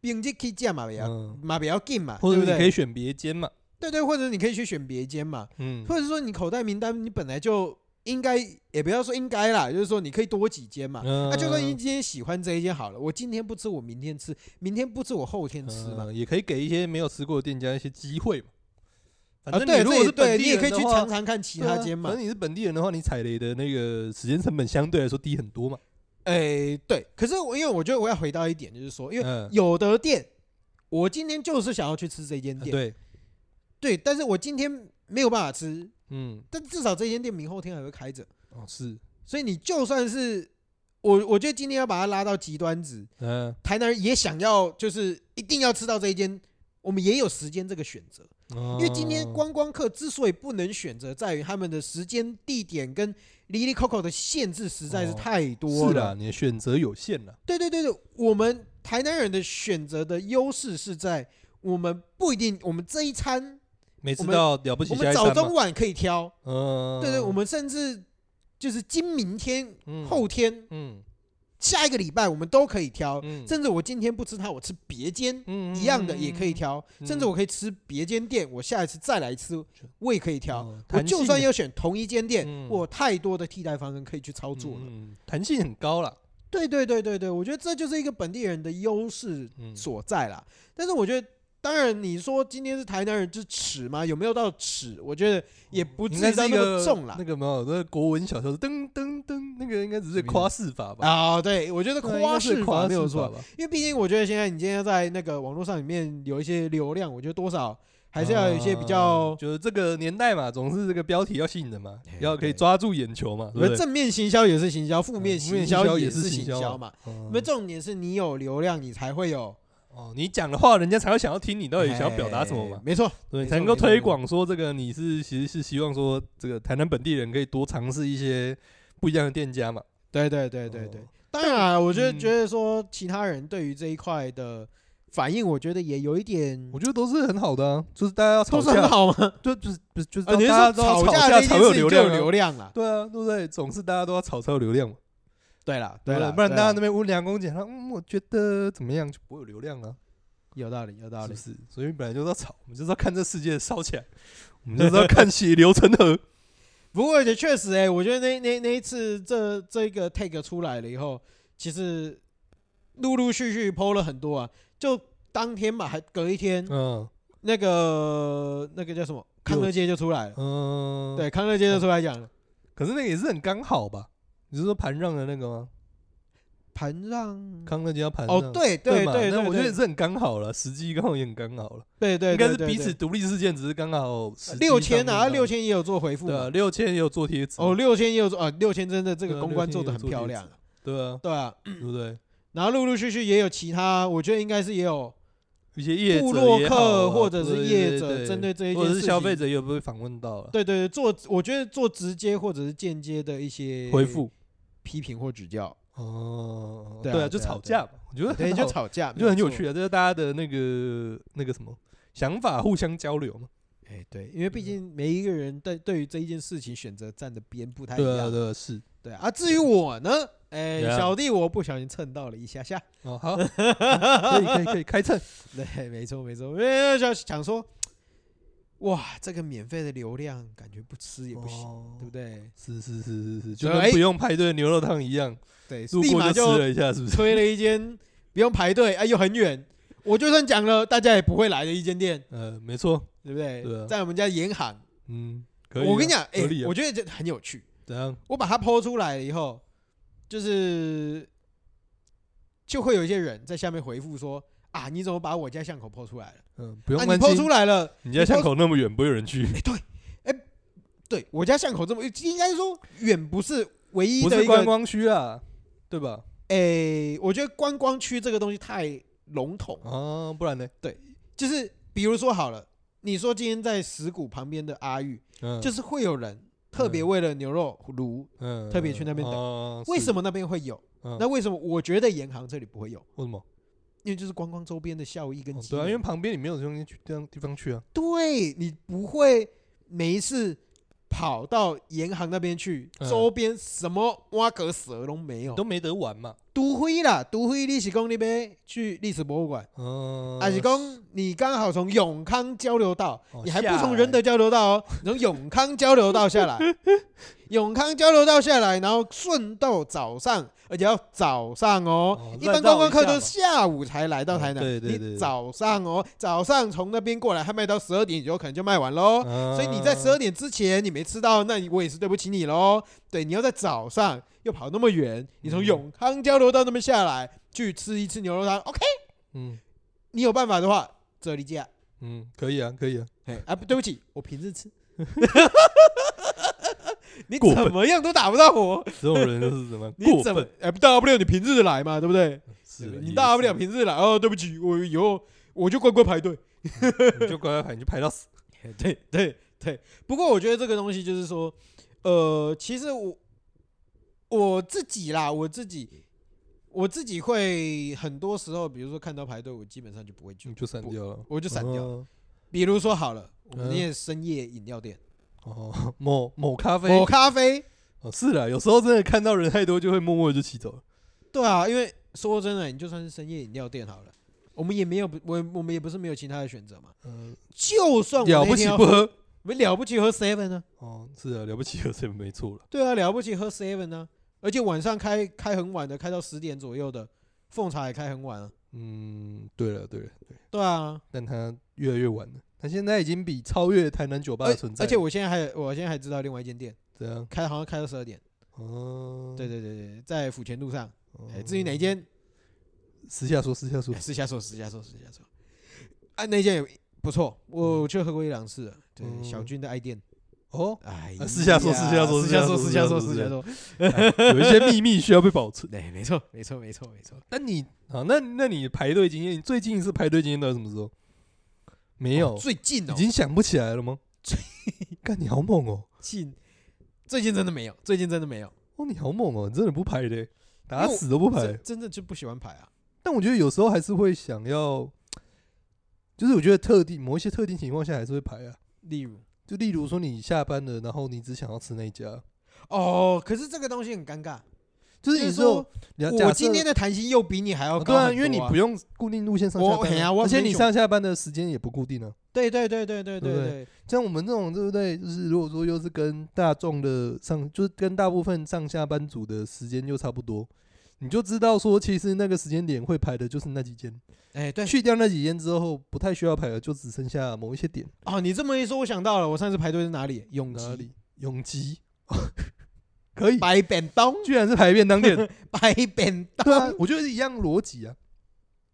[SPEAKER 1] 并且去吃嘛，不要
[SPEAKER 2] 嗯，
[SPEAKER 1] 嘛不要进嘛，
[SPEAKER 2] 或者
[SPEAKER 1] 对不
[SPEAKER 2] 你可以
[SPEAKER 1] 对？
[SPEAKER 2] 选别间嘛，
[SPEAKER 1] 对对，或者你可以去选别间嘛，
[SPEAKER 2] 嗯，
[SPEAKER 1] 或者说你口袋名单你本来就应该，也不要说应该啦，就是说你可以多几间嘛。
[SPEAKER 2] 那
[SPEAKER 1] 啊那就算你今天喜欢这一间好了，我今天不吃，我明天吃，明天不吃，我后天吃嘛。
[SPEAKER 2] 嗯，也可以给一些没有吃过的店家一些机会嘛。反
[SPEAKER 1] 啊，
[SPEAKER 2] 正
[SPEAKER 1] 对，
[SPEAKER 2] 你如
[SPEAKER 1] 这
[SPEAKER 2] 果
[SPEAKER 1] 也
[SPEAKER 2] 是
[SPEAKER 1] 对
[SPEAKER 2] 本
[SPEAKER 1] 你
[SPEAKER 2] 地
[SPEAKER 1] 也
[SPEAKER 2] 人
[SPEAKER 1] 可以去
[SPEAKER 2] 的话
[SPEAKER 1] 尝尝看其他间嘛
[SPEAKER 2] 对啊反。正你是本地人的话，你踩雷的那个时间成本相对来说低很多嘛。
[SPEAKER 1] 哎，对，可是我因为我觉得我要回到一点，就是说，因为
[SPEAKER 2] 嗯，
[SPEAKER 1] 有的店，我今天就是想要去吃这间店，
[SPEAKER 2] 啊对，
[SPEAKER 1] 对，但是我今天没有办法吃，
[SPEAKER 2] 嗯，
[SPEAKER 1] 但至少这间店明后天还会开着，
[SPEAKER 2] 哦是，
[SPEAKER 1] 所以你就算是我，我觉得今天要把它拉到极端值，
[SPEAKER 2] 嗯，
[SPEAKER 1] 台南人也想要就是一定要吃到这一间，我们也有时间这个选择，因
[SPEAKER 2] 因
[SPEAKER 1] 为今天观光客之所以不能选择，在于他们的时间、地点跟离离扣扣的限制实在是
[SPEAKER 2] 哦
[SPEAKER 1] 太多
[SPEAKER 2] 是啦，
[SPEAKER 1] 了。
[SPEAKER 2] 你的选择有限啦。
[SPEAKER 1] 对对对对，我们台南人的选择的优势是在我们不一定，我们这一餐
[SPEAKER 2] 没吃
[SPEAKER 1] 我们
[SPEAKER 2] 到了不起
[SPEAKER 1] 我
[SPEAKER 2] 下
[SPEAKER 1] 们
[SPEAKER 2] 一
[SPEAKER 1] 早
[SPEAKER 2] 餐
[SPEAKER 1] 中
[SPEAKER 2] 嘛，
[SPEAKER 1] 晚可以挑，
[SPEAKER 2] 嗯，
[SPEAKER 1] 对对，我们甚至就是今明天、
[SPEAKER 2] 们
[SPEAKER 1] 后，天、
[SPEAKER 2] 嗯
[SPEAKER 1] 下一个礼拜我们都可以挑，
[SPEAKER 2] 嗯，
[SPEAKER 1] 甚至我今天不吃它，我吃别间
[SPEAKER 2] 嗯
[SPEAKER 1] 一样的也可以，挑，
[SPEAKER 2] 嗯
[SPEAKER 1] 甚至我可以吃别间店，我下一次再来吃我也可以挑。
[SPEAKER 2] 嗯
[SPEAKER 1] 我就算。
[SPEAKER 2] 嗯嗯嗯弹性
[SPEAKER 1] 要选同一间店，
[SPEAKER 2] 嗯
[SPEAKER 1] 我有太多的替代方案可以去操作了。
[SPEAKER 2] 嗯，弹性很高啦。
[SPEAKER 1] 对对对对对，我觉得这就是一个本地人的优势
[SPEAKER 2] 嗯，
[SPEAKER 1] 所在啦。但是我觉得，当然你说今天是台南人之耻吗？有没有到耻？我觉得也不至
[SPEAKER 2] 应
[SPEAKER 1] 于
[SPEAKER 2] 嗯该
[SPEAKER 1] 到
[SPEAKER 2] 是一
[SPEAKER 1] 那么
[SPEAKER 2] 个
[SPEAKER 1] 重啦
[SPEAKER 2] 那。个没有，那个国文小说噔噔噔，那个应该只
[SPEAKER 1] 什么
[SPEAKER 2] 是
[SPEAKER 1] 意思
[SPEAKER 2] 夸饰法吧？
[SPEAKER 1] 啊、对，我觉得
[SPEAKER 2] 对应该
[SPEAKER 1] 夸
[SPEAKER 2] 是
[SPEAKER 1] 饰
[SPEAKER 2] 夸
[SPEAKER 1] 法
[SPEAKER 2] 饰
[SPEAKER 1] 没有
[SPEAKER 2] 法
[SPEAKER 1] 错，
[SPEAKER 2] 吧？
[SPEAKER 1] 因为毕竟我觉得现在你今天在那个网络上里面有一些流量，我觉得多少还是要有一些比较
[SPEAKER 2] 嗯，就是这个年代嘛，总是这个标题要吸引人嘛
[SPEAKER 1] 哎，
[SPEAKER 2] 要可
[SPEAKER 1] 对
[SPEAKER 2] 以抓住眼球嘛，
[SPEAKER 1] 我
[SPEAKER 2] 对
[SPEAKER 1] 觉
[SPEAKER 2] 不
[SPEAKER 1] 得
[SPEAKER 2] 对？
[SPEAKER 1] 正面行销也是行销，负面
[SPEAKER 2] 嗯负面
[SPEAKER 1] 行
[SPEAKER 2] 行销也
[SPEAKER 1] 也
[SPEAKER 2] 是行
[SPEAKER 1] 行
[SPEAKER 2] 销
[SPEAKER 1] 销
[SPEAKER 2] 啊
[SPEAKER 1] 嘛。
[SPEAKER 2] 嗯
[SPEAKER 1] 因为重点是你有流量，你才会有
[SPEAKER 2] 哦，你讲的话，人家才会想要听你到底想要表达什么
[SPEAKER 1] 哎
[SPEAKER 2] 嘛，
[SPEAKER 1] 没错，
[SPEAKER 2] 对，
[SPEAKER 1] 没错
[SPEAKER 2] 才能够
[SPEAKER 1] 没错
[SPEAKER 2] 推
[SPEAKER 1] 没错
[SPEAKER 2] 广说这个你是其实是希望说这个台南本地人可以多尝试一些不一样的店家嘛。
[SPEAKER 1] 对对对对对
[SPEAKER 2] 哦。
[SPEAKER 1] 当然啊，我觉得
[SPEAKER 2] 嗯
[SPEAKER 1] 觉得说其他人对于这一块的反应，我觉得也有一点
[SPEAKER 2] 我，觉得都是很好的啊，就是大家要吵
[SPEAKER 1] 都是
[SPEAKER 2] 架，
[SPEAKER 1] 很好吗？
[SPEAKER 2] 就就是不是就 是
[SPEAKER 1] 啊，
[SPEAKER 2] 大
[SPEAKER 1] 你是说
[SPEAKER 2] 家都要吵
[SPEAKER 1] 架
[SPEAKER 2] 架
[SPEAKER 1] 这件
[SPEAKER 2] 才会有
[SPEAKER 1] 事情就
[SPEAKER 2] 流量
[SPEAKER 1] 有
[SPEAKER 2] 啊，
[SPEAKER 1] 流量啦？
[SPEAKER 2] 对啊，对不对？总是大家都要吵才有流量嘛，
[SPEAKER 1] 对啦，
[SPEAKER 2] 对
[SPEAKER 1] 啦，
[SPEAKER 2] 不然
[SPEAKER 1] 对
[SPEAKER 2] 大
[SPEAKER 1] 啦
[SPEAKER 2] 家那边温良恭俭让，嗯，我觉得怎么样就不会有流量了，
[SPEAKER 1] 有道理，有道
[SPEAKER 2] 是
[SPEAKER 1] 理
[SPEAKER 2] 不。是？所以本来就是要吵，我们就是要看这世界烧起来，我们就是要看血流成 河。
[SPEAKER 1] 不过也确实、欸，哎，我觉得那那那一次这这个 take 出来了以后，其实陆陆续续 PO 了很多啊，就当天嘛，还隔一天，
[SPEAKER 2] 嗯
[SPEAKER 1] 那个那个叫什么康乐街就出来了，
[SPEAKER 2] 嗯，
[SPEAKER 1] 对，康乐街就出来讲了，
[SPEAKER 2] 可是那个也是很刚好吧？你是说盘让的那个吗？
[SPEAKER 1] 盘让。
[SPEAKER 2] 康乐街要盘让
[SPEAKER 1] 哦，对
[SPEAKER 2] 对嘛
[SPEAKER 1] 对，
[SPEAKER 2] 那我觉得也
[SPEAKER 1] 对
[SPEAKER 2] 是很刚好了，时机刚好也很刚好了，
[SPEAKER 1] 对对，
[SPEAKER 2] 应该是
[SPEAKER 1] 对
[SPEAKER 2] 彼此独立事件，只是刚好时机
[SPEAKER 1] 六千
[SPEAKER 2] 上面
[SPEAKER 1] 啊，
[SPEAKER 2] 刚
[SPEAKER 1] 六千也有做回复
[SPEAKER 2] 对啊，
[SPEAKER 1] 嘛，
[SPEAKER 2] 六千也有做贴纸
[SPEAKER 1] 哦，六千也有做啊，六千真的这
[SPEAKER 2] 对
[SPEAKER 1] 个
[SPEAKER 2] 啊
[SPEAKER 1] 公关
[SPEAKER 2] 6000
[SPEAKER 1] 做的
[SPEAKER 2] 也有
[SPEAKER 1] 很
[SPEAKER 2] 做
[SPEAKER 1] 漂
[SPEAKER 2] 贴
[SPEAKER 1] 亮
[SPEAKER 2] 纸
[SPEAKER 1] 啊，
[SPEAKER 2] 对啊，
[SPEAKER 1] 对啊，
[SPEAKER 2] 对不对？
[SPEAKER 1] 然后陆陆续续也有其他，我觉得应该是也有
[SPEAKER 2] 一些业者
[SPEAKER 1] 部落
[SPEAKER 2] 也好
[SPEAKER 1] 客
[SPEAKER 2] 啊
[SPEAKER 1] 或者是业者针
[SPEAKER 2] 对
[SPEAKER 1] 对这一
[SPEAKER 2] 对
[SPEAKER 1] 件事
[SPEAKER 2] 或
[SPEAKER 1] 情，
[SPEAKER 2] 者是消费者也被访问到了，
[SPEAKER 1] 对对对，做我觉得做直接或者是间接的一些
[SPEAKER 2] 回复
[SPEAKER 1] 批评或指 教，
[SPEAKER 2] 哦，
[SPEAKER 1] 对啊
[SPEAKER 2] 对啊，
[SPEAKER 1] 对
[SPEAKER 2] 就
[SPEAKER 1] 啊
[SPEAKER 2] 吵
[SPEAKER 1] 对
[SPEAKER 2] 架
[SPEAKER 1] 啊
[SPEAKER 2] 嘛，我觉得
[SPEAKER 1] 对，
[SPEAKER 2] 很
[SPEAKER 1] 就
[SPEAKER 2] 好，
[SPEAKER 1] 吵架，
[SPEAKER 2] 就很有
[SPEAKER 1] 没错
[SPEAKER 2] 趣。啊，这是大家的那个那个什么想法互相交流嘛，
[SPEAKER 1] 哎，对，因为毕竟每一个人对对于这一件事情选择站的边不太一
[SPEAKER 2] 对啊，
[SPEAKER 1] 样，
[SPEAKER 2] 对啊，是
[SPEAKER 1] 对啊。至于我呢，哎，
[SPEAKER 2] 怎样
[SPEAKER 1] 小弟我不小心蹭到了一下下，
[SPEAKER 2] 哦，好，可以可以可以开秤，
[SPEAKER 1] 对，没错没错，因为就想说，哇，这个免费的流量感觉不吃也不行，
[SPEAKER 2] 哦
[SPEAKER 1] 对不对？
[SPEAKER 2] 是是是是是，就
[SPEAKER 1] 所以
[SPEAKER 2] 跟
[SPEAKER 1] 哎
[SPEAKER 2] 不用排队的牛肉汤一样，
[SPEAKER 1] 对，
[SPEAKER 2] 路
[SPEAKER 1] 立
[SPEAKER 2] 过
[SPEAKER 1] 马
[SPEAKER 2] 就吃了一下，是不是？
[SPEAKER 1] 推了一间不用排队，哎，又很远，我就算讲了，大家也不会来的一间店。
[SPEAKER 2] 呃，没错，
[SPEAKER 1] 对不对？
[SPEAKER 2] 对啊
[SPEAKER 1] 在我们家银行，
[SPEAKER 2] 嗯，可以啊。
[SPEAKER 1] 我跟你讲，哎、
[SPEAKER 2] 合理啊
[SPEAKER 1] 我觉得这很有趣。
[SPEAKER 2] 怎样？
[SPEAKER 1] 我把它剖出来了以后，就是就会有一些人在下面回复说啊，你怎么把我家巷口剖出来了？
[SPEAKER 2] 嗯，不
[SPEAKER 1] 啊，
[SPEAKER 2] 用
[SPEAKER 1] 你
[SPEAKER 2] 关
[SPEAKER 1] 剖
[SPEAKER 2] 心
[SPEAKER 1] 出，来了，
[SPEAKER 2] 你家巷口那么远，不会有人去，
[SPEAKER 1] 对我家巷口这么应该说远不是唯一
[SPEAKER 2] 不
[SPEAKER 1] 的
[SPEAKER 2] 是
[SPEAKER 1] 一
[SPEAKER 2] 观
[SPEAKER 1] 个，
[SPEAKER 2] 光区啊，对吧？
[SPEAKER 1] 哎、我觉得观光区这个东西太笼统，
[SPEAKER 2] 啊，不然呢？
[SPEAKER 1] 就是比如说好了，你说今天在石鼓旁边的阿玉，
[SPEAKER 2] 嗯，
[SPEAKER 1] 就是会有人特别为了牛肉炉，
[SPEAKER 2] 嗯
[SPEAKER 1] 特别去那边等
[SPEAKER 2] 等
[SPEAKER 1] 为什
[SPEAKER 2] 么？
[SPEAKER 1] 么那边会有？
[SPEAKER 2] 嗯
[SPEAKER 1] 那为什么我觉得银行这里不会有？
[SPEAKER 2] 为什么？
[SPEAKER 1] 因为就是观光周边的效益跟
[SPEAKER 2] 哦
[SPEAKER 1] 机
[SPEAKER 2] 对啊，
[SPEAKER 1] 能
[SPEAKER 2] 因为旁边你没有东西去地方地方去啊。
[SPEAKER 1] 对你不会每一次跑到银行那边去，
[SPEAKER 2] 嗯
[SPEAKER 1] 周边什么挖格蛇都没有
[SPEAKER 2] 都。没得玩嘛，
[SPEAKER 1] 都会啦，都会历史公那边去历史博物馆，
[SPEAKER 2] 嗯，
[SPEAKER 1] 还是公啊你刚好从永康交流道
[SPEAKER 2] 哦，
[SPEAKER 1] 你还
[SPEAKER 2] 下
[SPEAKER 1] 不
[SPEAKER 2] 来
[SPEAKER 1] 从仁德交流道哦，你从永康交流道 下来，永康交流道下来，然后顺道早上，而且要早上哦，
[SPEAKER 2] 哦
[SPEAKER 1] 一般观光客都
[SPEAKER 2] 绕一
[SPEAKER 1] 是
[SPEAKER 2] 下
[SPEAKER 1] 下午才来到台南，
[SPEAKER 2] 哦对对对
[SPEAKER 1] 你
[SPEAKER 2] 对
[SPEAKER 1] 早上哦，早上从那边过来，他卖到十二点，有可能就卖完喽。
[SPEAKER 2] 嘛
[SPEAKER 1] 所以你在十二点之前你没吃到，那我也是对不起你喽。对，你要在早上又跑那么远，你从
[SPEAKER 2] 嗯
[SPEAKER 1] 永康交流道那边下来去吃一次牛肉汤，OK？
[SPEAKER 2] 嗯
[SPEAKER 1] 你有办法的话，这里价。
[SPEAKER 2] 嗯，可以啊，可以啊，
[SPEAKER 1] 哎，啊，不对不起，我平日吃。 你
[SPEAKER 2] 过分
[SPEAKER 1] 怎么样都打不到我，
[SPEAKER 2] 这种人就是怎么
[SPEAKER 1] 你
[SPEAKER 2] 过
[SPEAKER 1] 怎么
[SPEAKER 2] 分，？
[SPEAKER 1] 哎，大不了你平日来嘛，对不对？
[SPEAKER 2] 是啊
[SPEAKER 1] 你大不了，平日来哦，对不起，我以后我就乖乖排队。
[SPEAKER 2] 也是你就乖乖排，你就排到死。
[SPEAKER 1] 对对对，不过我觉得这个东西就是说，呃，其实我我自己啦，我自己我自己会很多时候，比如说看到排队，我基本上就不会去
[SPEAKER 2] 你，就散
[SPEAKER 1] 不
[SPEAKER 2] 掉了，
[SPEAKER 1] 我就闪掉了。
[SPEAKER 2] 嗯
[SPEAKER 1] 比如说好了，我们
[SPEAKER 2] 嗯
[SPEAKER 1] 那些深夜饮料店，
[SPEAKER 2] 哦， 某某咖啡，
[SPEAKER 1] 某咖啡，
[SPEAKER 2] 哦，是啦，有时候真的看到人太多，就会默默地就骑走了。
[SPEAKER 1] 对啊，因为说真的，你就算是深夜饮料店好了，我们也没有我我们也不是没有其他的选择嘛。
[SPEAKER 2] 嗯，
[SPEAKER 1] 就算我
[SPEAKER 2] 了
[SPEAKER 1] 呃那天
[SPEAKER 2] 不起
[SPEAKER 1] 要
[SPEAKER 2] 不喝。
[SPEAKER 1] 我们了不起喝 seven 啊呢、
[SPEAKER 2] 哦，是啊，了不起喝，这没错了。
[SPEAKER 1] 对啊，了不起喝 seven 呢、而而且晚上开开很晚的，开到十点左右的，奉茶也开很晚啊。
[SPEAKER 2] 嗯，对了对了对，
[SPEAKER 1] 对啊，
[SPEAKER 2] 但它越来越晚了，它现在已经比超越台南酒吧
[SPEAKER 1] 而
[SPEAKER 2] 的存在
[SPEAKER 1] 而
[SPEAKER 2] 了，
[SPEAKER 1] 且我现在还我现在还知道另外一间店
[SPEAKER 2] 这样
[SPEAKER 1] 开好像开到十二点。
[SPEAKER 2] 哦，
[SPEAKER 1] 对对对对，在府前路上。
[SPEAKER 2] 哦
[SPEAKER 1] 哎，至于哪一间，
[SPEAKER 2] 私下说私下说
[SPEAKER 1] 哎，私下说，私下说，私下说。啊，那间也不错，我我去喝过一两次了。对，小
[SPEAKER 2] 嗯
[SPEAKER 1] 军的爱店。
[SPEAKER 2] 哦，
[SPEAKER 1] 哎呀，
[SPEAKER 2] 啊私下说私下说
[SPEAKER 1] 私
[SPEAKER 2] 私
[SPEAKER 1] 下
[SPEAKER 2] 下
[SPEAKER 1] 说，
[SPEAKER 2] 说
[SPEAKER 1] 私
[SPEAKER 2] 私
[SPEAKER 1] 下
[SPEAKER 2] 下
[SPEAKER 1] 说，
[SPEAKER 2] 说
[SPEAKER 1] 私下
[SPEAKER 2] 私下
[SPEAKER 1] 说。
[SPEAKER 2] 哎有一些秘密需要被保存。
[SPEAKER 1] 对，没错，没错，没错，没错。
[SPEAKER 2] 但你啊，那那你排队经验，你最近一次排队经验到底什么时候？没有，
[SPEAKER 1] 哦最近哦
[SPEAKER 2] 已，经想不起来了吗？ 干你好猛哦！
[SPEAKER 1] 近最近真的没有，最近真的没有，
[SPEAKER 2] 哦，你好猛哦！你真的不排的，打
[SPEAKER 1] 因为我
[SPEAKER 2] 死都不排
[SPEAKER 1] 真。真的就不喜欢排啊。
[SPEAKER 2] 但我觉得有时候还是会想要，就是我觉得特定某一些特定情况下还是会排啊。
[SPEAKER 1] 例如，
[SPEAKER 2] 就例如说你下班了，然后你只想要吃那一家，
[SPEAKER 1] 哦，可是这个东西很尴尬，
[SPEAKER 2] 就是
[SPEAKER 1] 就
[SPEAKER 2] 你
[SPEAKER 1] 是说
[SPEAKER 2] 说你要假
[SPEAKER 1] 我
[SPEAKER 2] 设
[SPEAKER 1] 今天的弹性又比你还要
[SPEAKER 2] 啊
[SPEAKER 1] 高、
[SPEAKER 2] 对啊，因为你不
[SPEAKER 1] 用，
[SPEAKER 2] 用固定路线上下
[SPEAKER 1] 我嘿
[SPEAKER 2] 班
[SPEAKER 1] 啊
[SPEAKER 2] 啊，
[SPEAKER 1] 我
[SPEAKER 2] 而且
[SPEAKER 1] 很
[SPEAKER 2] 你
[SPEAKER 1] 久
[SPEAKER 2] 上下班的时间也不固定啊。
[SPEAKER 1] 对对对对对对
[SPEAKER 2] 对不
[SPEAKER 1] 对，
[SPEAKER 2] 像我们这种，对不对？就是如果说又是跟大众的上，就是跟大部分上下班族的时间又差不多，你就知道说，其实那个时间点会排的就是那几间。
[SPEAKER 1] 哎对，
[SPEAKER 2] 去掉那几间之后，不太需要排了，就只剩下某一些点。
[SPEAKER 1] 哦，你这么一说，我想到了，我上次排队是哪里？永
[SPEAKER 2] 哪
[SPEAKER 1] 吉
[SPEAKER 2] 里？永吉， 可以，
[SPEAKER 1] 白便当，
[SPEAKER 2] 居然是排便当店。
[SPEAKER 1] 白便
[SPEAKER 2] 对啊
[SPEAKER 1] 当，，
[SPEAKER 2] 我觉得是一样逻辑啊，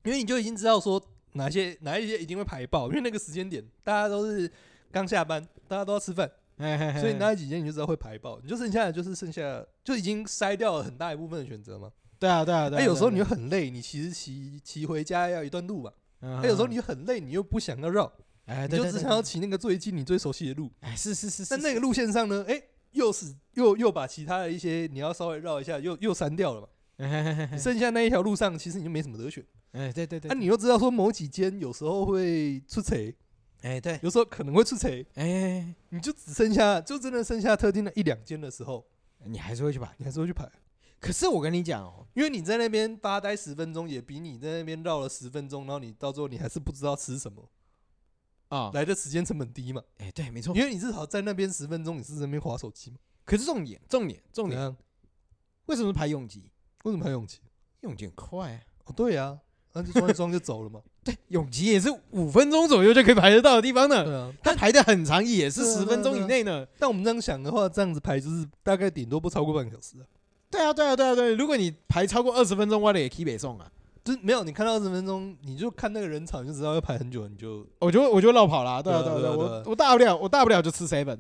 [SPEAKER 2] 因为你就已经知道说哪些哪一些一定会排爆，因为那个时间点大家都是刚下班，大家都要吃饭。
[SPEAKER 1] 嘿嘿嘿
[SPEAKER 2] 所以那几间你就知道会排爆，你就剩下的就是剩下就已经筛掉了很大一部分的选择嘛。
[SPEAKER 1] 对啊对啊对
[SPEAKER 2] 那
[SPEAKER 1] 啊，
[SPEAKER 2] 有时候你
[SPEAKER 1] 对
[SPEAKER 2] 又
[SPEAKER 1] 啊，
[SPEAKER 2] 很累，你其实骑骑回家要一段路嘛。
[SPEAKER 1] 那
[SPEAKER 2] 那有时候你又很累，你又不想要绕，
[SPEAKER 1] 嗯哎，
[SPEAKER 2] 你
[SPEAKER 1] 对
[SPEAKER 2] 就
[SPEAKER 1] 对
[SPEAKER 2] 只
[SPEAKER 1] 对
[SPEAKER 2] 想要骑那个最近你最熟悉的路。
[SPEAKER 1] 哎是是是，
[SPEAKER 2] 但
[SPEAKER 1] 是
[SPEAKER 2] 那个路线上呢，哎，又是又又把其他的一些你要稍微绕一下，又又删掉了嘛。
[SPEAKER 1] 哎嘿嘿嘿
[SPEAKER 2] 你
[SPEAKER 1] 嘿
[SPEAKER 2] 剩下那一条路上，其实你就没什么得选。
[SPEAKER 1] 哎对对对
[SPEAKER 2] 那，啊你又知道说某几间有时候会出贼，
[SPEAKER 1] 哎对，
[SPEAKER 2] 有时候可能会出贼，
[SPEAKER 1] 哎
[SPEAKER 2] 你就只剩下就真的剩下特定的一两间的时候，
[SPEAKER 1] 你还是会去排，
[SPEAKER 2] 你还是会去排。
[SPEAKER 1] 可是我跟你讲哦，
[SPEAKER 2] 因为你在那边发呆十分钟，也比你在那边绕了十分钟，然后你到最后你还是不知道吃什么，
[SPEAKER 1] 啊
[SPEAKER 2] 来的时间成本低嘛。
[SPEAKER 1] 哎对没错
[SPEAKER 2] 因，为你至少在那边十分钟，你是在那边划手机嘛。
[SPEAKER 1] 可是重点重点重
[SPEAKER 2] 怎
[SPEAKER 1] 点，
[SPEAKER 2] 样？
[SPEAKER 1] 为什么是排永吉？
[SPEAKER 2] 为什么还有勇气？
[SPEAKER 1] 永吉很快啊。
[SPEAKER 2] 哦，对啊，那就装一装就走 了嘛。
[SPEAKER 1] 永吉也是五分钟左右就可以排得到的地方呢，
[SPEAKER 2] 对啊，
[SPEAKER 1] 它排的很长，也是
[SPEAKER 2] 对啊
[SPEAKER 1] 十
[SPEAKER 2] 对啊
[SPEAKER 1] 分钟以内呢。
[SPEAKER 2] 但我们这样想的话，这样子排就是大概顶多不超过半个小时、啊，
[SPEAKER 1] 对啊，对啊，对啊，对啊，如果你排超过二十分钟，我的也 keep 北送啊，
[SPEAKER 2] 就是没有你看到十分钟，你就看那个人场，你就知道要排很久，你就
[SPEAKER 1] 我就我就绕跑啦。对啊，对
[SPEAKER 2] 对啊
[SPEAKER 1] 啊，对啊，嗯
[SPEAKER 2] 对啊对啊
[SPEAKER 1] 我我大不了我大不了就吃 seven。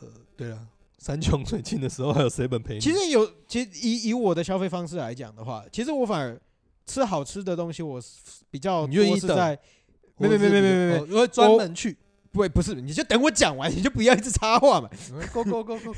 [SPEAKER 2] 呃，对啊，山穷水尽的时候还有谁本陪你？
[SPEAKER 1] 其实有，其实以以我的消费方式来讲的话，其实我反而吃好吃的东西，我是比较
[SPEAKER 2] 你愿意
[SPEAKER 1] 多是
[SPEAKER 2] 等
[SPEAKER 1] 在
[SPEAKER 2] 或者是
[SPEAKER 1] 没没没没没
[SPEAKER 2] 哦因为专门去
[SPEAKER 1] 不会不是，你就等我讲完，你 就不要一直插话嘛。
[SPEAKER 2] ，go go go go，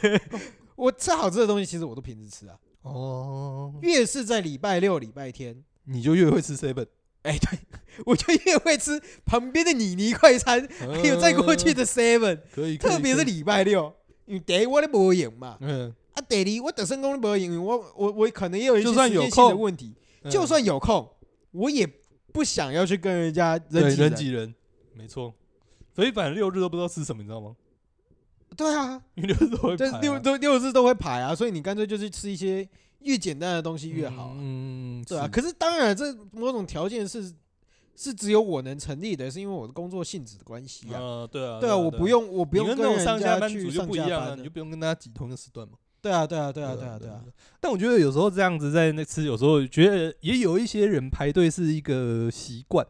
[SPEAKER 1] 我吃好吃的东西，其实我都平时吃啊，
[SPEAKER 2] 哦，
[SPEAKER 1] 越是在礼拜六、礼拜天，
[SPEAKER 2] 你就越会吃 seven。
[SPEAKER 1] 哎，对，我就越会吃旁边的你泥快餐，还有哎再过去的
[SPEAKER 2] 的，
[SPEAKER 1] Seven，
[SPEAKER 2] 哎可以，可以
[SPEAKER 1] 特别是，礼拜六，因为第一我都没闲嘛
[SPEAKER 2] 可，以嗯，
[SPEAKER 1] 啊，第二我等身工都没闲，因为我我我可能也有一些
[SPEAKER 2] 就算
[SPEAKER 1] 时间
[SPEAKER 2] 有
[SPEAKER 1] 性的
[SPEAKER 2] 空
[SPEAKER 1] 问题，
[SPEAKER 2] 嗯
[SPEAKER 1] 就算有空，我也不想要去跟人家人
[SPEAKER 2] 对
[SPEAKER 1] 挤
[SPEAKER 2] 人挤人，没错。所以反正六日都不知道吃什么，你知道吗？
[SPEAKER 1] 对啊，
[SPEAKER 2] 因为六日都会
[SPEAKER 1] 这
[SPEAKER 2] 排啊
[SPEAKER 1] 六都六日都会排啊，所以你干脆就是吃一些越简单的东西越好啊，
[SPEAKER 2] 嗯，
[SPEAKER 1] 对啊。
[SPEAKER 2] 是
[SPEAKER 1] 可是当然，这某种条件是是只有我能成立的，是因为我的工作性质的关系啊。
[SPEAKER 2] 啊，对啊，
[SPEAKER 1] 对啊，我不，用，我不
[SPEAKER 2] 你
[SPEAKER 1] 用
[SPEAKER 2] 跟那种
[SPEAKER 1] 人
[SPEAKER 2] 上
[SPEAKER 1] 家
[SPEAKER 2] 班
[SPEAKER 1] 去
[SPEAKER 2] 族就
[SPEAKER 1] 上
[SPEAKER 2] 不一
[SPEAKER 1] 下
[SPEAKER 2] 样
[SPEAKER 1] 班
[SPEAKER 2] 啊，
[SPEAKER 1] 的
[SPEAKER 2] 你就不用跟大家挤同一个时段嘛。
[SPEAKER 1] 对啊，对啊，对啊，对啊，对啊，。
[SPEAKER 2] 但我觉得有时候这样子在那吃，有时候觉得也有一些人排队是一个习惯，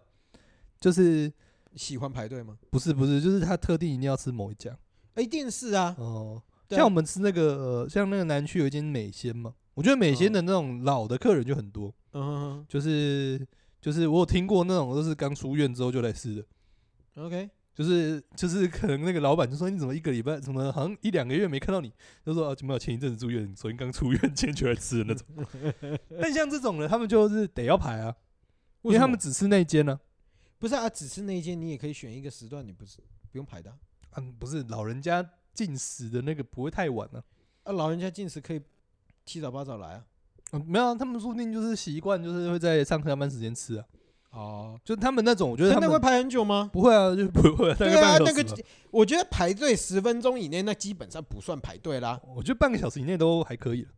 [SPEAKER 2] 就是
[SPEAKER 1] 喜欢排队吗？
[SPEAKER 2] 不是不是，就是他特定一定要吃某一家。
[SPEAKER 1] 哎一定是啊，
[SPEAKER 2] 哦，
[SPEAKER 1] 对啊
[SPEAKER 2] 像我们吃那个、呃像那个南区有一间美鲜嘛，我觉得美鲜的那种老的客人就很多，
[SPEAKER 1] 嗯
[SPEAKER 2] 就是就是我有听过那种都是刚出院之后就来吃的，
[SPEAKER 1] 哼，OK，
[SPEAKER 2] 就是就是可能那个老板就说哎你怎么一个礼拜怎么好像一两个月没看到你，就说啊怎么有前一阵子住院，昨天刚出院，今天就来吃的那种。但像这种人，他们就是得要排啊，因为他们只吃那一间呢、
[SPEAKER 1] 不是啊，只吃那一间，你也可以选一个时段，你不是不用排的啊
[SPEAKER 2] 啊，嗯，不是老人家进食的那个不会太晚啊。
[SPEAKER 1] 啊。老人家进食可以七早八早来啊。
[SPEAKER 2] 嗯，没有啊、他们说不定就是习惯，就是会在上下班时间吃啊。
[SPEAKER 1] 哦，
[SPEAKER 2] 就他们那种，我觉得
[SPEAKER 1] 那
[SPEAKER 2] 他们
[SPEAKER 1] 会排很久吗？
[SPEAKER 2] 不会啊，就不会、啊，大
[SPEAKER 1] 对
[SPEAKER 2] 概
[SPEAKER 1] 啊，
[SPEAKER 2] 半
[SPEAKER 1] 那
[SPEAKER 2] 个小
[SPEAKER 1] 个
[SPEAKER 2] 时吧。
[SPEAKER 1] 我觉得排队十分钟以内，那基本上不算排队啦。
[SPEAKER 2] 我觉得半个小时以内都还可以了。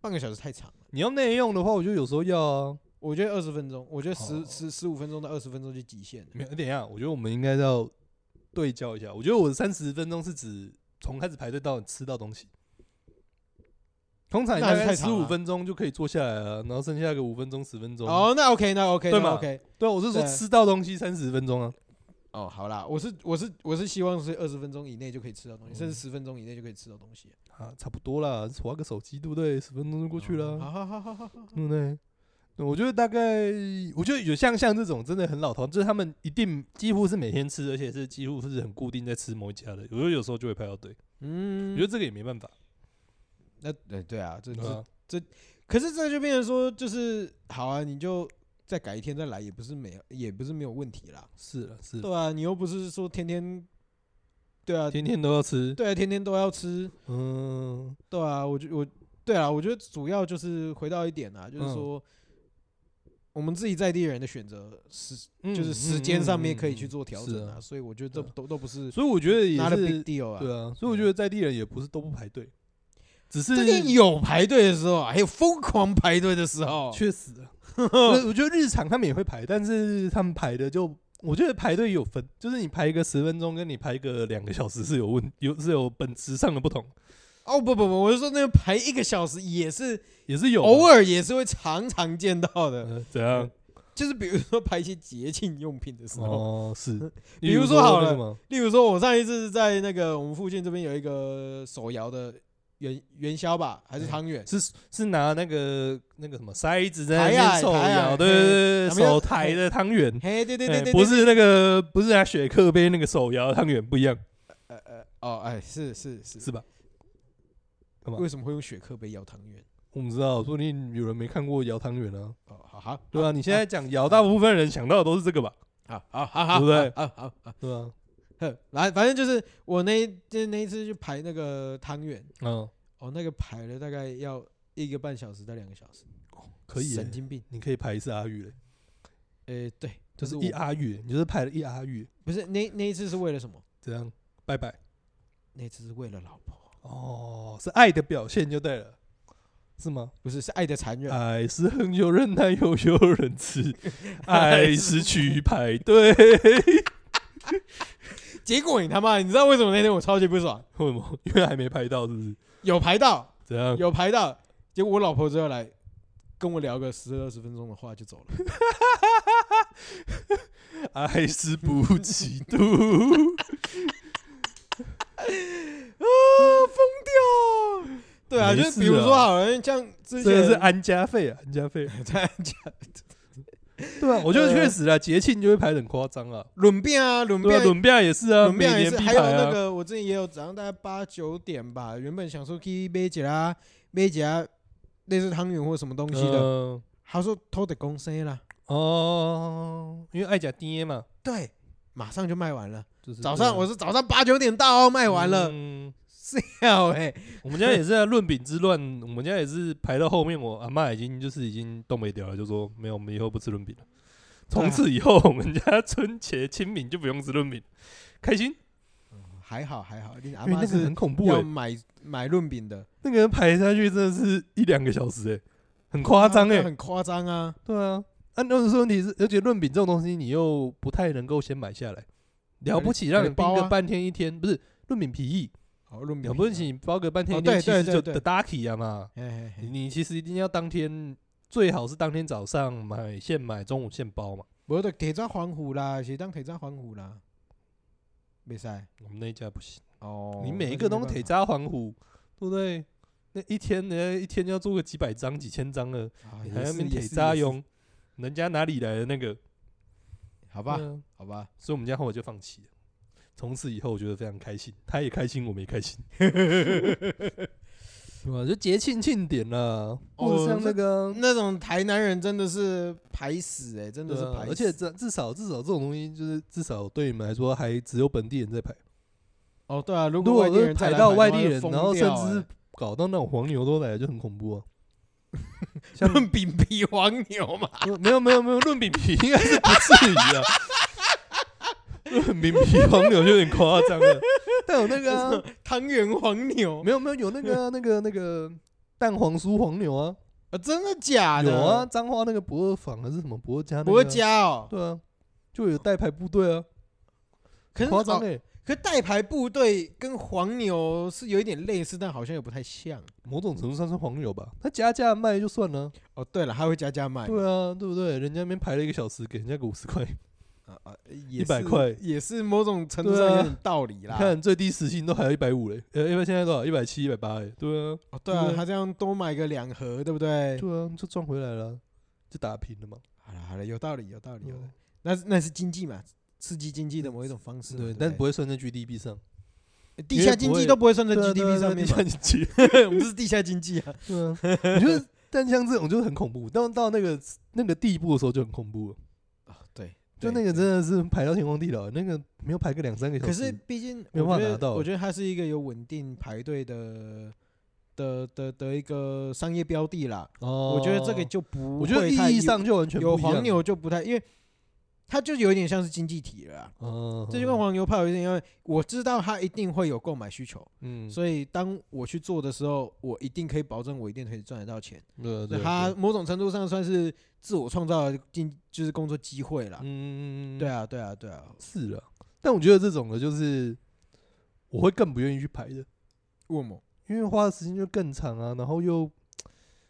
[SPEAKER 1] 半个小时太长了，
[SPEAKER 2] 你要内用的话，我觉得有时候要啊。
[SPEAKER 1] 我觉得二十分钟，我觉得
[SPEAKER 2] 哦
[SPEAKER 1] 十十十五分钟到二十分钟就极限了。
[SPEAKER 2] 没有，等一下，我觉得我们应该要对焦一下。我觉得我的三十分钟是指从开始排队到你吃到东西，通常你
[SPEAKER 1] 那还
[SPEAKER 2] 大
[SPEAKER 1] 是
[SPEAKER 2] 概
[SPEAKER 1] 太
[SPEAKER 2] 十
[SPEAKER 1] 长
[SPEAKER 2] 五
[SPEAKER 1] 了
[SPEAKER 2] 分钟就可以坐下来了，然后剩下个五分钟、十分钟。
[SPEAKER 1] 哦，那 OK，那 OK，
[SPEAKER 2] 对
[SPEAKER 1] 那
[SPEAKER 2] 嘛
[SPEAKER 1] OK。
[SPEAKER 2] 对啊，我是说
[SPEAKER 1] 对
[SPEAKER 2] 吃到东西三十分钟啊。
[SPEAKER 1] 哦，好啦，我是我是我是希望是二十分钟以内就可以吃到东西，甚至
[SPEAKER 2] 嗯
[SPEAKER 1] 十分钟以内就可以吃到东西。
[SPEAKER 2] 啊，差不多啦，划个手机，对不对？十分钟就过去了啊，
[SPEAKER 1] 哦好好好好好好，好
[SPEAKER 2] 对不对？对我觉得大概，我觉得有像像这种真的很老头，就是他们一定几乎是每天吃，而且是几乎是很固定在吃某一家的。有时候有时候就会排到队，我
[SPEAKER 1] 嗯
[SPEAKER 2] 觉得，这个也没办法，
[SPEAKER 1] 那对对啊，这
[SPEAKER 2] 对
[SPEAKER 1] 这
[SPEAKER 2] 吧？
[SPEAKER 1] 可是这就变成说，就是好啊，你就再改一天再来，也不是没也不是没有问题啦。
[SPEAKER 2] 是啊，是啊，
[SPEAKER 1] 对啊，你又不是说天天，对啊，
[SPEAKER 2] 天天都要吃，
[SPEAKER 1] 对啊，天天都要吃，
[SPEAKER 2] 嗯，
[SPEAKER 1] 对啊，我觉我对啊，我觉得主要就是回到一点啊，就是
[SPEAKER 2] 嗯
[SPEAKER 1] 说。我们自己在地人的选择时，
[SPEAKER 2] 嗯
[SPEAKER 1] 就是时间上面可以去
[SPEAKER 2] 嗯嗯
[SPEAKER 1] 做调整
[SPEAKER 2] 是
[SPEAKER 1] 啊，
[SPEAKER 2] 啊
[SPEAKER 1] 所以我觉得这
[SPEAKER 2] 对啊
[SPEAKER 1] 都都不是
[SPEAKER 2] 嗯所以我觉得也
[SPEAKER 1] 拿了 big
[SPEAKER 2] 是，
[SPEAKER 1] deal 啊。
[SPEAKER 2] 对啊，所以我觉得在地人也不是都不排队，只是
[SPEAKER 1] 这边有排队的时候，啊还有疯狂排队的时候，
[SPEAKER 2] 确实 啊，我我觉得日常他们也会排，但是他们排的就，我觉得排队也有分，就是你排一个十分钟，跟你排一个两个小时是有问，有是有本质上的不同，
[SPEAKER 1] 哦不不不，我是说那个排一个小时也是
[SPEAKER 2] 也是有的
[SPEAKER 1] 偶尔也是会常常见到的，
[SPEAKER 2] 呃 怎样
[SPEAKER 1] 就是比如说排一些节庆用品的时候，
[SPEAKER 2] 哦是，
[SPEAKER 1] 比如说好
[SPEAKER 2] 那
[SPEAKER 1] 了
[SPEAKER 2] 个吗，
[SPEAKER 1] 例如说我上一次是在那个我们附近这边有一个手摇的元元宵吧，还是
[SPEAKER 2] 哎
[SPEAKER 1] 汤圆，
[SPEAKER 2] 是是拿那个那个什么筛子在
[SPEAKER 1] 抬啊
[SPEAKER 2] 那边手
[SPEAKER 1] 抬啊
[SPEAKER 2] 摇，对对对
[SPEAKER 1] 嘿
[SPEAKER 2] 对，
[SPEAKER 1] 咱们要
[SPEAKER 2] 手抬的汤圆，
[SPEAKER 1] 嘿对对
[SPEAKER 2] 哎
[SPEAKER 1] 对对，
[SPEAKER 2] 不
[SPEAKER 1] 对
[SPEAKER 2] 是那个不是拿雪克杯那个手摇汤圆不一样
[SPEAKER 1] 呃呃哦哎是是是
[SPEAKER 2] 是吧？吧
[SPEAKER 1] 为什么会用雪克杯摇汤圆？
[SPEAKER 2] 我们知道，说不定有人没看过摇汤圆啊，
[SPEAKER 1] 哦好好
[SPEAKER 2] 对啊，你现在讲摇，大部分人想到的都是这个吧？
[SPEAKER 1] 好啊好好好
[SPEAKER 2] 对不对
[SPEAKER 1] 好好好，
[SPEAKER 2] 对啊，
[SPEAKER 1] 哼来反正就是我那一就那一次去排那个汤圆，
[SPEAKER 2] 嗯，
[SPEAKER 1] 哦那个排了大概要一个半小时到两个小时，
[SPEAKER 2] 可以耶、欸
[SPEAKER 1] 神经病。
[SPEAKER 2] 你可以排一次阿玉嘞，
[SPEAKER 1] 诶，对，就
[SPEAKER 2] 就
[SPEAKER 1] 是是
[SPEAKER 2] 一啊
[SPEAKER 1] 我
[SPEAKER 2] 阿玉，你就是排了一阿玉，
[SPEAKER 1] 不是那那一次是为了什么？
[SPEAKER 2] 这样拜拜。
[SPEAKER 1] 那一次是为了老婆，
[SPEAKER 2] 哦，是爱的表现就对了，是吗？
[SPEAKER 1] 不是是爱的残忍。
[SPEAKER 2] 爱是恒久忍耐，又有人吃，爱是去排队。
[SPEAKER 1] 结果你他妈，你知道为什么那天我超级不爽？
[SPEAKER 2] 为什么？因为还没排到，是不是？
[SPEAKER 1] 有排到，
[SPEAKER 2] 怎样？
[SPEAKER 1] 有排到，结果我老婆最后来跟我聊个十二十分钟的话就 走了。
[SPEAKER 2] 爱是不嫉妒。
[SPEAKER 1] 啊，疯掉！对啊，
[SPEAKER 2] 没
[SPEAKER 1] 就
[SPEAKER 2] 事啊
[SPEAKER 1] 是比如说好了，像之
[SPEAKER 2] 这个
[SPEAKER 1] 前
[SPEAKER 2] 是安家费啊，安家费。
[SPEAKER 1] 参加
[SPEAKER 2] 对啊，我觉得
[SPEAKER 1] 呃
[SPEAKER 2] 确实啊，节庆就会排得很夸张啊。
[SPEAKER 1] 轮变啊，轮
[SPEAKER 2] 对啊，
[SPEAKER 1] 变。
[SPEAKER 2] 伦比亚也是啊，
[SPEAKER 1] 轮
[SPEAKER 2] 每
[SPEAKER 1] 变也
[SPEAKER 2] 年
[SPEAKER 1] 是，
[SPEAKER 2] 必
[SPEAKER 1] 还
[SPEAKER 2] 排
[SPEAKER 1] 有那
[SPEAKER 2] 啊。
[SPEAKER 1] 个我之前也有早上大概八九点吧，原本想说去买一家买一家类似汤圆或什么东西的，
[SPEAKER 2] 嗯
[SPEAKER 1] 他说偷的公司啦，
[SPEAKER 2] 哦，因为爱甲爹嘛，
[SPEAKER 1] 对，马上就卖完了。
[SPEAKER 2] 就是
[SPEAKER 1] 早上我是早上八九点到哦，卖
[SPEAKER 2] 卖
[SPEAKER 1] 完了，
[SPEAKER 2] 嗯，
[SPEAKER 1] 是 要哎，
[SPEAKER 2] 我们家也是在论饼之乱，我们家也是排到后面，我阿嬷已经就是已经冻没掉了，就说没有，我们以后不吃润饼
[SPEAKER 1] 啊
[SPEAKER 2] 了。从此以后，我们家春节清明就不用吃润饼，开心。
[SPEAKER 1] 还好还好，你阿
[SPEAKER 2] 因为
[SPEAKER 1] 妈
[SPEAKER 2] 那个
[SPEAKER 1] 是
[SPEAKER 2] 很恐怖哎、
[SPEAKER 1] 要买买润饼的，
[SPEAKER 2] 那个人排下去真的是一两个小时哎、很夸张哎。
[SPEAKER 1] 很夸张欸啊。
[SPEAKER 2] 对啊，啊，那是问题是，而且论饼这种东西，你又不太能够先买下来，了不起让
[SPEAKER 1] 可
[SPEAKER 2] 你
[SPEAKER 1] 能
[SPEAKER 2] 包
[SPEAKER 1] 包
[SPEAKER 2] 个
[SPEAKER 1] 啊
[SPEAKER 2] 半天一天，不是论饼皮艺，
[SPEAKER 1] 好润饼，啊
[SPEAKER 2] 了不起，你包个半天一
[SPEAKER 1] 哦
[SPEAKER 2] 天，
[SPEAKER 1] 对
[SPEAKER 2] 其实
[SPEAKER 1] 对
[SPEAKER 2] 就
[SPEAKER 1] 对
[SPEAKER 2] 的 ducky 啊嘛，
[SPEAKER 1] 嘿嘿
[SPEAKER 2] 你
[SPEAKER 1] 嘿，
[SPEAKER 2] 你其实一定要当天，最好是当天早上买现买，中午现包嘛。
[SPEAKER 1] 我的铁渣黄虎啦，是当铁渣黄虎啦，没塞
[SPEAKER 2] 我们那一家不行，
[SPEAKER 1] 哦。
[SPEAKER 2] 你每一个都
[SPEAKER 1] 那就没
[SPEAKER 2] 铁
[SPEAKER 1] 办
[SPEAKER 2] 渣黄虎，对不对？那一天人家一天要做个几百张、几千张了，
[SPEAKER 1] 法，啊
[SPEAKER 2] 你
[SPEAKER 1] 也
[SPEAKER 2] 还要
[SPEAKER 1] 是
[SPEAKER 2] 面
[SPEAKER 1] 也
[SPEAKER 2] 铁
[SPEAKER 1] 是
[SPEAKER 2] 渣
[SPEAKER 1] 也是
[SPEAKER 2] 用，人家哪里来的那个？啊
[SPEAKER 1] 好
[SPEAKER 2] 好
[SPEAKER 1] 吧好吧，
[SPEAKER 2] 所以我们家后来就放弃了。从此以后，我觉得非常开心，他也开心，我们也开 心，对吧？就节庆庆典啦，或者像那个，
[SPEAKER 1] 哦那种台南人真的是排死哎，真的
[SPEAKER 2] 对
[SPEAKER 1] 是
[SPEAKER 2] 啊
[SPEAKER 1] 排死，
[SPEAKER 2] 而且至至少至少这种东西，就是至少对你们来说，还只有本地人在排。
[SPEAKER 1] 哦对啊，如
[SPEAKER 2] 如
[SPEAKER 1] 果外地
[SPEAKER 2] 是
[SPEAKER 1] 人再
[SPEAKER 2] 排
[SPEAKER 1] 来
[SPEAKER 2] 到
[SPEAKER 1] 的
[SPEAKER 2] 外
[SPEAKER 1] 话
[SPEAKER 2] 地
[SPEAKER 1] 就
[SPEAKER 2] 人，
[SPEAKER 1] 疯
[SPEAKER 2] 然后甚
[SPEAKER 1] 掉哎
[SPEAKER 2] 至搞到那种黄牛都来了，就很恐怖啊。 像
[SPEAKER 1] 论饼皮黄牛 嘛，
[SPEAKER 2] 没有没有没有，论饼皮应该是不至于啊。论饼皮黄牛就有点夸张了，但有那个啊、
[SPEAKER 1] 汤圆黄牛
[SPEAKER 2] 没有没有，有那个啊那个那个蛋黄酥黄牛啊，
[SPEAKER 1] 啊，真的假的？
[SPEAKER 2] 有啊，，彰化那个不二坊还是什么不二家、那个
[SPEAKER 1] 不
[SPEAKER 2] 啊？
[SPEAKER 1] 会加哦。
[SPEAKER 2] 对啊，就有代牌部队啊，
[SPEAKER 1] 可是
[SPEAKER 2] 夸张
[SPEAKER 1] 哦
[SPEAKER 2] 哎，
[SPEAKER 1] 可是代牌部队跟黄牛是有一点类似，但好像又不太像。
[SPEAKER 2] 某种程度上是黄牛吧，他加价卖就算了，
[SPEAKER 1] 哦，对了，还会加价卖。
[SPEAKER 2] 对啊，对不对？人家那边排了一个小时，给人家个五十块，
[SPEAKER 1] 啊啊，一
[SPEAKER 2] 100块啊
[SPEAKER 1] 也是某种程度上有点道理
[SPEAKER 2] 你
[SPEAKER 1] 啦。
[SPEAKER 2] 看最低时薪都还要一百五嘞，呃，因为现在多少？一百七、一百八哎，对啊，
[SPEAKER 1] 哦，对啊
[SPEAKER 2] 对，
[SPEAKER 1] 他这样多买个两盒，对不对？
[SPEAKER 2] 对啊，就赚回来了，就打平了嘛。
[SPEAKER 1] 好了好了，有道理有道理有道理
[SPEAKER 2] 嗯。
[SPEAKER 1] 那是那是经济嘛，刺激经济的某一种方式嘛。
[SPEAKER 2] 对，
[SPEAKER 1] 不
[SPEAKER 2] 但不会算在 GDP 上，
[SPEAKER 1] 地下经济都不会算在
[SPEAKER 2] 对啊
[SPEAKER 1] GDP 上面嘛
[SPEAKER 2] 对啊，地下经济
[SPEAKER 1] 我们是地下经济啊。
[SPEAKER 2] 对啊， 你觉得但像这种就是很恐怖，到到那个那个地步的时候就很恐怖了，
[SPEAKER 1] 啊，对，
[SPEAKER 2] 就那
[SPEAKER 1] 对
[SPEAKER 2] 个真
[SPEAKER 1] 对
[SPEAKER 2] 的是排到天荒地老，那个没有排个两三个小
[SPEAKER 1] 可
[SPEAKER 2] 时，
[SPEAKER 1] 是毕竟
[SPEAKER 2] 没有
[SPEAKER 1] 我
[SPEAKER 2] 办法
[SPEAKER 1] 觉
[SPEAKER 2] 拿
[SPEAKER 1] 得
[SPEAKER 2] 到
[SPEAKER 1] 我觉得它是一个有稳定排队的的的的一个商业标的啦。
[SPEAKER 2] 哦，
[SPEAKER 1] 我觉得这个就不，
[SPEAKER 2] 我觉得意义上就完全不
[SPEAKER 1] 有
[SPEAKER 2] 一样啊
[SPEAKER 1] 黄，牛就不太，因为它就有点像是经济体了啦。
[SPEAKER 2] 嗯，
[SPEAKER 1] 这就跟黄牛票有点像，我知道它一定会有购买需求，
[SPEAKER 2] 嗯，
[SPEAKER 1] 所以当我去做的时候，我一定可以保证我一定可以赚得到钱。
[SPEAKER 2] 对
[SPEAKER 1] 所
[SPEAKER 2] 对
[SPEAKER 1] 以它
[SPEAKER 2] 对
[SPEAKER 1] 某种程度上算是自我创造的经就是工作机会啦。
[SPEAKER 2] 嗯，
[SPEAKER 1] 对，啊，对啊，对啊，
[SPEAKER 2] 是啊，但我觉得这种的就是我会更不愿意去排的，
[SPEAKER 1] 为什么？
[SPEAKER 2] 因为花的时间就更长啊，然后又，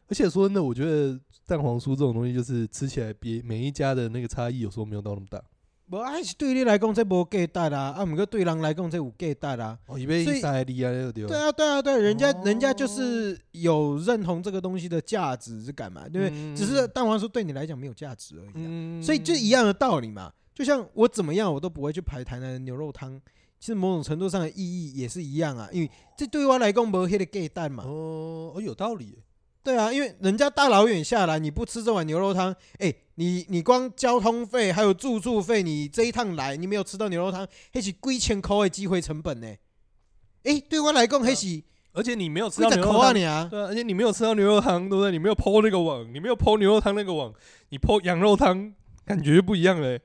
[SPEAKER 2] 而且说真的，我觉得蛋黄酥这种东西就是吃起来别每一家的那个差异有时候没有到那么大。
[SPEAKER 1] 无，啊还是对你来讲这无价值啦，啊，毋过对人来讲这有价值啦。
[SPEAKER 2] 哦，一杯
[SPEAKER 1] 所以
[SPEAKER 2] 三 D 啊，那个对吧
[SPEAKER 1] 对啊，对啊，对啊，人家、人家就
[SPEAKER 2] 哦
[SPEAKER 1] 是有认同这个东西的价值感嘛，对不对？只是蛋黄酥对你来讲没有价值而已、啊，
[SPEAKER 2] 嗯
[SPEAKER 1] 所以就一，样的道理嘛。就像我怎么样，我都不会去排台南的牛肉汤，其实某种程度上的意义也是一样啊，因为这对我来讲无迄个价蛋嘛。
[SPEAKER 2] 哦，哦有道理耶，
[SPEAKER 1] 对啊，因为人家大老远下来，你不吃这碗牛肉汤，哎、你你光交通费还有住宿费，你这一趟来，你没有吃到牛肉汤，那是几千块的机会成本呢、哎、对我来讲，那是
[SPEAKER 2] 而且你没有
[SPEAKER 1] 几
[SPEAKER 2] 吃到
[SPEAKER 1] 十
[SPEAKER 2] 牛肉
[SPEAKER 1] 块啊
[SPEAKER 2] 汤，
[SPEAKER 1] 你啊，
[SPEAKER 2] 对啊，而且你没有啊吃到牛肉汤，对不对？你没有剖那个网，你没有剖牛肉汤那个网，你剖羊肉汤，感觉就不一样嘞，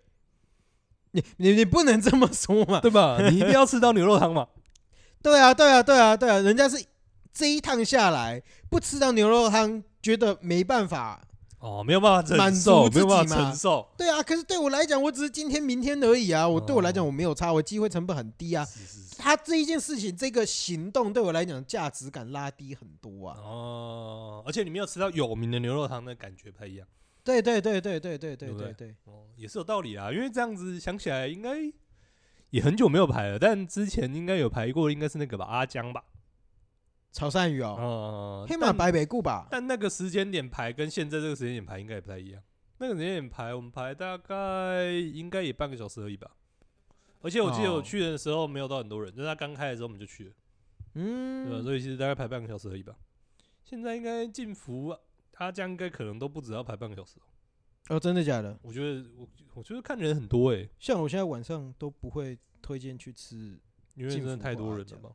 [SPEAKER 1] 你你你不能这么说嘛。
[SPEAKER 2] 对吧？你一定要吃到牛肉汤嘛。
[SPEAKER 1] 对啊，对啊，对啊，对啊，人家是这一趟下来不吃到牛肉汤，觉得没办法。
[SPEAKER 2] 哦，没有办法
[SPEAKER 1] 满
[SPEAKER 2] 承
[SPEAKER 1] 足
[SPEAKER 2] 受，
[SPEAKER 1] 自
[SPEAKER 2] 没有办
[SPEAKER 1] 己
[SPEAKER 2] 法
[SPEAKER 1] 嘛
[SPEAKER 2] 承受。
[SPEAKER 1] 对啊，可是对我来讲，我只是今天明天而已啊。我对我
[SPEAKER 2] 哦
[SPEAKER 1] 来讲，我没有差，我机会成本很低啊。
[SPEAKER 2] 是是是
[SPEAKER 1] 他这一件事情，这个行动对我来讲价值感拉低很多啊。
[SPEAKER 2] 哦，而且你没有吃到有名的牛肉汤，那感觉不太一样。
[SPEAKER 1] 对对对对对对对
[SPEAKER 2] 对不
[SPEAKER 1] 对
[SPEAKER 2] 对
[SPEAKER 1] 对，
[SPEAKER 2] 哦，也是有道理啊，因为这样子想起来，应该也很久没有排了，但之前应该有排过，应该是那个吧，阿江吧。
[SPEAKER 1] 潮汕鱼哦，
[SPEAKER 2] 哦，
[SPEAKER 1] 黑马
[SPEAKER 2] 但
[SPEAKER 1] 白北固吧，
[SPEAKER 2] 但那个时间点排跟现在这个时间点排应该也不太一样。那个时间点排，我们排大概应该也半个小时而已吧。而且我记得
[SPEAKER 1] 哦
[SPEAKER 2] 我去的时候没有到很多人，就是他刚开的时候我们就去了，对啊吧？
[SPEAKER 1] 嗯，
[SPEAKER 2] 所以其实大概排半个小时而已吧。现在应该进服阿江应该可能都不止要排半个小时哦。
[SPEAKER 1] 哦，真的假的？
[SPEAKER 2] 我觉得我我觉得看人很多欸诶、
[SPEAKER 1] 像我现在晚上都不会推荐去吃
[SPEAKER 2] 因为
[SPEAKER 1] 进
[SPEAKER 2] 真的
[SPEAKER 1] 福啊
[SPEAKER 2] 太
[SPEAKER 1] 或
[SPEAKER 2] 多
[SPEAKER 1] 阿
[SPEAKER 2] 人了
[SPEAKER 1] 江
[SPEAKER 2] 嘛。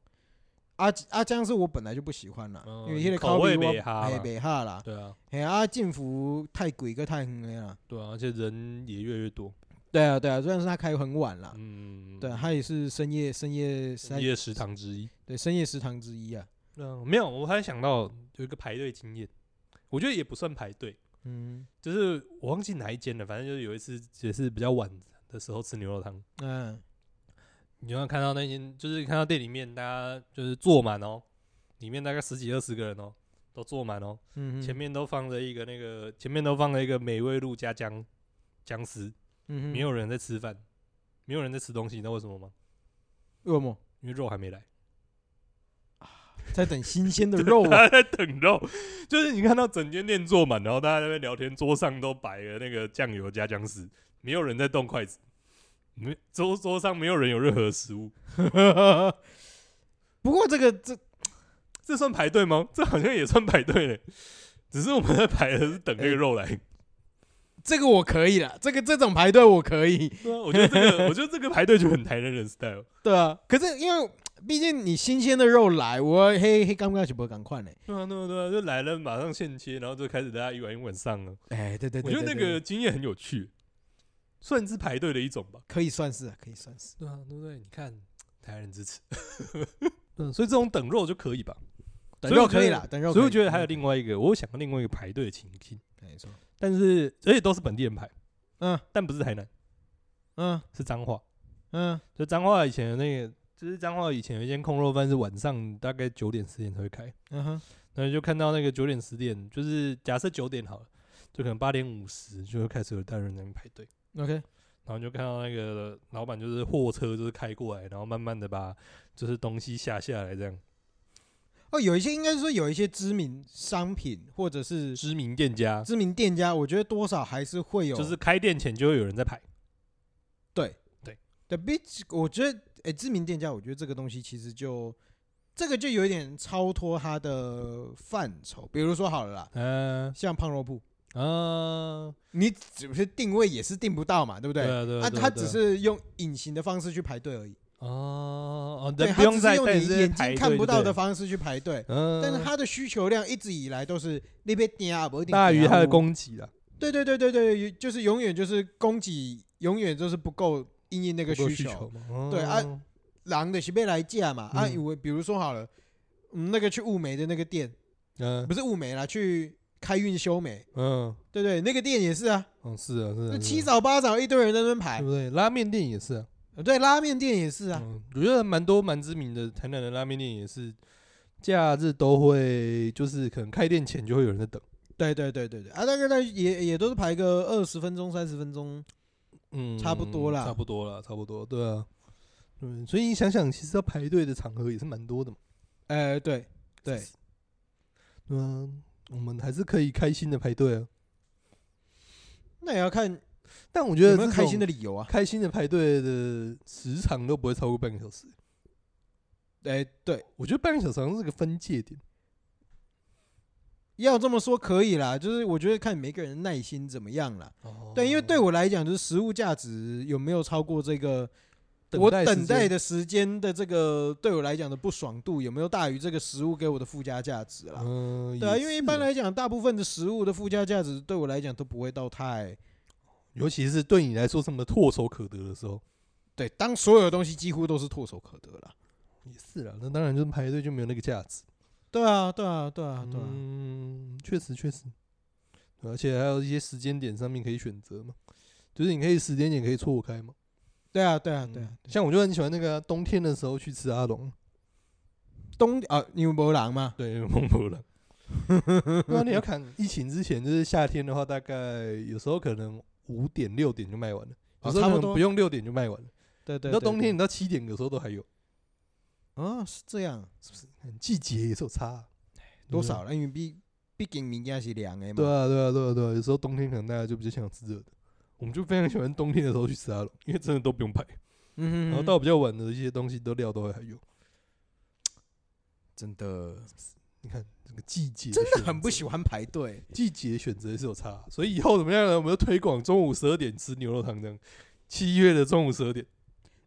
[SPEAKER 1] 阿阿江，是我本来就不喜欢啦，
[SPEAKER 2] 嗯
[SPEAKER 1] 因为那个
[SPEAKER 2] 口味
[SPEAKER 1] 比我
[SPEAKER 2] 不合
[SPEAKER 1] 哎
[SPEAKER 2] 嘛
[SPEAKER 1] 北哈啦，
[SPEAKER 2] 对啊，
[SPEAKER 1] 哎啊进福太贵个太远了啦。
[SPEAKER 2] 对啊，而且人也越来越多。
[SPEAKER 1] 对啊对啊，虽然是他开很晚啦，
[SPEAKER 2] 嗯，
[SPEAKER 1] 对啊，他也是深夜深夜三
[SPEAKER 2] 夜食堂之一。
[SPEAKER 1] 对深夜食堂之一啊。
[SPEAKER 2] 嗯，没有，我还想到有一个排队经验，我觉得也不算排队，
[SPEAKER 1] 嗯
[SPEAKER 2] 就是我忘记哪一间了，反正就是有一次也是比较晚的时候吃牛肉汤，
[SPEAKER 1] 嗯，
[SPEAKER 2] 你就会看到那间，就是看到店里面大家就是坐满哦，里面大概十几二十个人哦，都坐满哦，
[SPEAKER 1] 嗯
[SPEAKER 2] 前面都放着一个那个，前面都放了一个美味露加姜姜丝，没
[SPEAKER 1] 没
[SPEAKER 2] 有人在吃饭，没有人在吃东西，你知道为什么吗？
[SPEAKER 1] 恶魔
[SPEAKER 2] 因为肉还没来，
[SPEAKER 1] 在等新鲜的肉 啊。
[SPEAKER 2] 大家在等肉，就是你看到整间店坐满，然后大家在那边聊天，桌上都摆了那个酱油加姜丝，没有人在动筷子，没桌桌上没有人有任何食物，
[SPEAKER 1] 不过这个这
[SPEAKER 2] 这算排队吗？这好像也算排队 嘞，只是我们在排的是等那个肉来。
[SPEAKER 1] 这个我可以啦，这个这种排队我可以，
[SPEAKER 2] 对啊，我觉得这个，我觉得这个排队就很台南人 style。
[SPEAKER 1] 对啊。可是因为毕竟你新鲜的肉来，我嘿嘿刚刚是不赶快呢？
[SPEAKER 2] 对啊，对啊，对啊，就来了马上现切，然后就开始大家一碗一碗上了。
[SPEAKER 1] 哎，对对
[SPEAKER 2] 我
[SPEAKER 1] 对，
[SPEAKER 2] 觉得
[SPEAKER 1] 对
[SPEAKER 2] 那
[SPEAKER 1] 对
[SPEAKER 2] 个经验很有趣，算是排队的一种吧。
[SPEAKER 1] 可以算是啊可以算是。
[SPEAKER 2] 对啊，对不对？你看台湾人支持，嗯，所以这种等肉就可以吧？
[SPEAKER 1] 等肉
[SPEAKER 2] 所
[SPEAKER 1] 可
[SPEAKER 2] 以我觉得
[SPEAKER 1] 以啦，等肉可
[SPEAKER 2] 所以我
[SPEAKER 1] 以嗯
[SPEAKER 2] 觉得还有另外一个，我有想到另外一个排队的情境，
[SPEAKER 1] 没错，
[SPEAKER 2] 但是而且都是本地人排，
[SPEAKER 1] 嗯
[SPEAKER 2] 但不是台南，
[SPEAKER 1] 嗯
[SPEAKER 2] 是彰化。
[SPEAKER 1] 嗯
[SPEAKER 2] 就彰化以前的那个，就是彰化以前有一间空肉饭是晚上大概九点十点才会开，
[SPEAKER 1] 嗯哼，
[SPEAKER 2] 那就看到那个九点十点，就是假设九点好了，就可能八点五十就会开始有大人在那边排队，
[SPEAKER 1] OK，
[SPEAKER 2] 然后就看到那个老板就是货车就是开过来，然后慢慢的把就是东西下下来，这样
[SPEAKER 1] 哦，有一些应该说有一些知名商品或者是
[SPEAKER 2] 知名店家
[SPEAKER 1] 知名店家，我觉得多少还是会有，
[SPEAKER 2] 就是开店前就会有人在排，
[SPEAKER 1] 对，比我觉得，哎、知名店家，我觉得这个东西其实就这个就有一点超脱它的范畴。比如说好了啦，
[SPEAKER 2] 嗯
[SPEAKER 1] 像胖肉铺，
[SPEAKER 2] 啊，
[SPEAKER 1] 你只是定位也是定不到嘛，对不
[SPEAKER 2] 对
[SPEAKER 1] 对？
[SPEAKER 2] 啊对
[SPEAKER 1] 啊，
[SPEAKER 2] 对
[SPEAKER 1] 它
[SPEAKER 2] 对
[SPEAKER 1] 只是用隐形的方式去排队而已，
[SPEAKER 2] 哦哦，
[SPEAKER 1] 对，
[SPEAKER 2] 人不
[SPEAKER 1] 它
[SPEAKER 2] 用
[SPEAKER 1] 只
[SPEAKER 2] 再
[SPEAKER 1] 是用
[SPEAKER 2] 但
[SPEAKER 1] 你
[SPEAKER 2] 是
[SPEAKER 1] 眼
[SPEAKER 2] 排
[SPEAKER 1] 睛
[SPEAKER 2] 队
[SPEAKER 1] 看不
[SPEAKER 2] 就
[SPEAKER 1] 到
[SPEAKER 2] 对
[SPEAKER 1] 的
[SPEAKER 2] 了，
[SPEAKER 1] 方式去排队。
[SPEAKER 2] 嗯，
[SPEAKER 1] 但是它的需求量一直以来都是那边点啊，不一定
[SPEAKER 2] 大于
[SPEAKER 1] 点啊
[SPEAKER 2] 它的
[SPEAKER 1] 我
[SPEAKER 2] 供给啦，
[SPEAKER 1] 对对对对对，就是永远就是供给，永远就是不够因应那
[SPEAKER 2] 这
[SPEAKER 1] 个需
[SPEAKER 2] 需
[SPEAKER 1] 求。
[SPEAKER 2] 嘛，哦
[SPEAKER 1] 对啊，狼的是被来架嘛啊，
[SPEAKER 2] 嗯
[SPEAKER 1] 以为比如说好了，嗯，那个去雾眉的那个店，
[SPEAKER 2] 嗯
[SPEAKER 1] 不是雾眉啦，去开运修眉，
[SPEAKER 2] 嗯。
[SPEAKER 1] 对不对？那个店也是啊，
[SPEAKER 2] 嗯，是啊，是啊，
[SPEAKER 1] 那
[SPEAKER 2] 是
[SPEAKER 1] 七
[SPEAKER 2] 啊
[SPEAKER 1] 早八早一堆人在那边
[SPEAKER 2] 对
[SPEAKER 1] 排，
[SPEAKER 2] 不对？拉面店也是啊，
[SPEAKER 1] 对，拉面店也是啊，
[SPEAKER 2] 嗯，我觉得蛮多蛮知名的台南的拉面店也是，假日都会就是可能开店前就会有人在等，
[SPEAKER 1] 对对对对对啊，大概那也也都是排个二十分钟、三十分钟，
[SPEAKER 2] 嗯，
[SPEAKER 1] 差不多啦
[SPEAKER 2] 差不多啦，差不多，对啊，对，所以你想想，其实要排队的场合也是蛮多的嘛，
[SPEAKER 1] 呃，对对，
[SPEAKER 2] 对啊，我们还是可以开心的排队啊，
[SPEAKER 1] 那也要看
[SPEAKER 2] 但我觉得
[SPEAKER 1] 有没有
[SPEAKER 2] 这
[SPEAKER 1] 开心
[SPEAKER 2] 种
[SPEAKER 1] 的理由啊，
[SPEAKER 2] 开心的排队的时长都不会超过半个小时，
[SPEAKER 1] 哎，对，
[SPEAKER 2] 我觉得半个小时好像是个分界点，
[SPEAKER 1] 要这么说可以啦，就是我觉得看每个人耐心怎么样啦。
[SPEAKER 2] 哦
[SPEAKER 1] 对，因为对我来讲，就是食物价值有没有超过这个我
[SPEAKER 2] 我等
[SPEAKER 1] 等待
[SPEAKER 2] 的
[SPEAKER 1] 的时间的这个对我来讲的不爽度有没有大于这个食物给我的附加价值啦？
[SPEAKER 2] 嗯，
[SPEAKER 1] 对啊，
[SPEAKER 2] 也
[SPEAKER 1] 因为一
[SPEAKER 2] 是
[SPEAKER 1] 般
[SPEAKER 2] 啊
[SPEAKER 1] 来讲，大部分的食物的附加价值对我来讲都不会到太
[SPEAKER 2] 尤其是对你来说这么唾手可得的时候，
[SPEAKER 1] 对。当所有的东西几乎都是唾手可得了。
[SPEAKER 2] 也是啦。那当然就是排队就没有那个价值。
[SPEAKER 1] 对啊，对啊，对啊，对啊。
[SPEAKER 2] 嗯，确实确实，而且还有一些时间点上面可以选择嘛，就是你可以时间点可以错开嘛。
[SPEAKER 1] 对啊，对啊，对啊！
[SPEAKER 2] 像我就很喜欢那个啊、冬天的时候去吃阿龙，
[SPEAKER 1] 冬啊，牛博狼嘛，
[SPEAKER 2] 对，孟婆了。 那你要看疫情之前，就是夏天的话，大概有时候可能五点六点就卖完了，有
[SPEAKER 1] 哦
[SPEAKER 2] 时候
[SPEAKER 1] 差
[SPEAKER 2] 可
[SPEAKER 1] 不
[SPEAKER 2] 能
[SPEAKER 1] 多
[SPEAKER 2] 不用六点就卖完了。
[SPEAKER 1] 对对。
[SPEAKER 2] 你到
[SPEAKER 1] 对
[SPEAKER 2] 冬天，你
[SPEAKER 1] 对
[SPEAKER 2] 到七点，有时候都还有。
[SPEAKER 1] 啊，是这样，
[SPEAKER 2] 季节也是有差啊、
[SPEAKER 1] 多
[SPEAKER 2] 对不对
[SPEAKER 1] 少了？因为毕毕竟民家是凉的嘛。
[SPEAKER 2] 对啊，对啊，对啊，对啊，有时候冬天可能大家就比较想吃热的，我们就非常喜欢冬天的时候去吃阿龙，因为真的都不用排，
[SPEAKER 1] 嗯哼哼，
[SPEAKER 2] 然后到比较晚的一些东西都料都还有。
[SPEAKER 1] 真的
[SPEAKER 2] 你看这个季节
[SPEAKER 1] 真的
[SPEAKER 2] 选
[SPEAKER 1] 很不
[SPEAKER 2] 择
[SPEAKER 1] 喜欢排队。
[SPEAKER 2] 季节选择也是有差，所以以后怎么样呢？我们就推广中午十二点吃牛肉汤这样，七月的中午十二点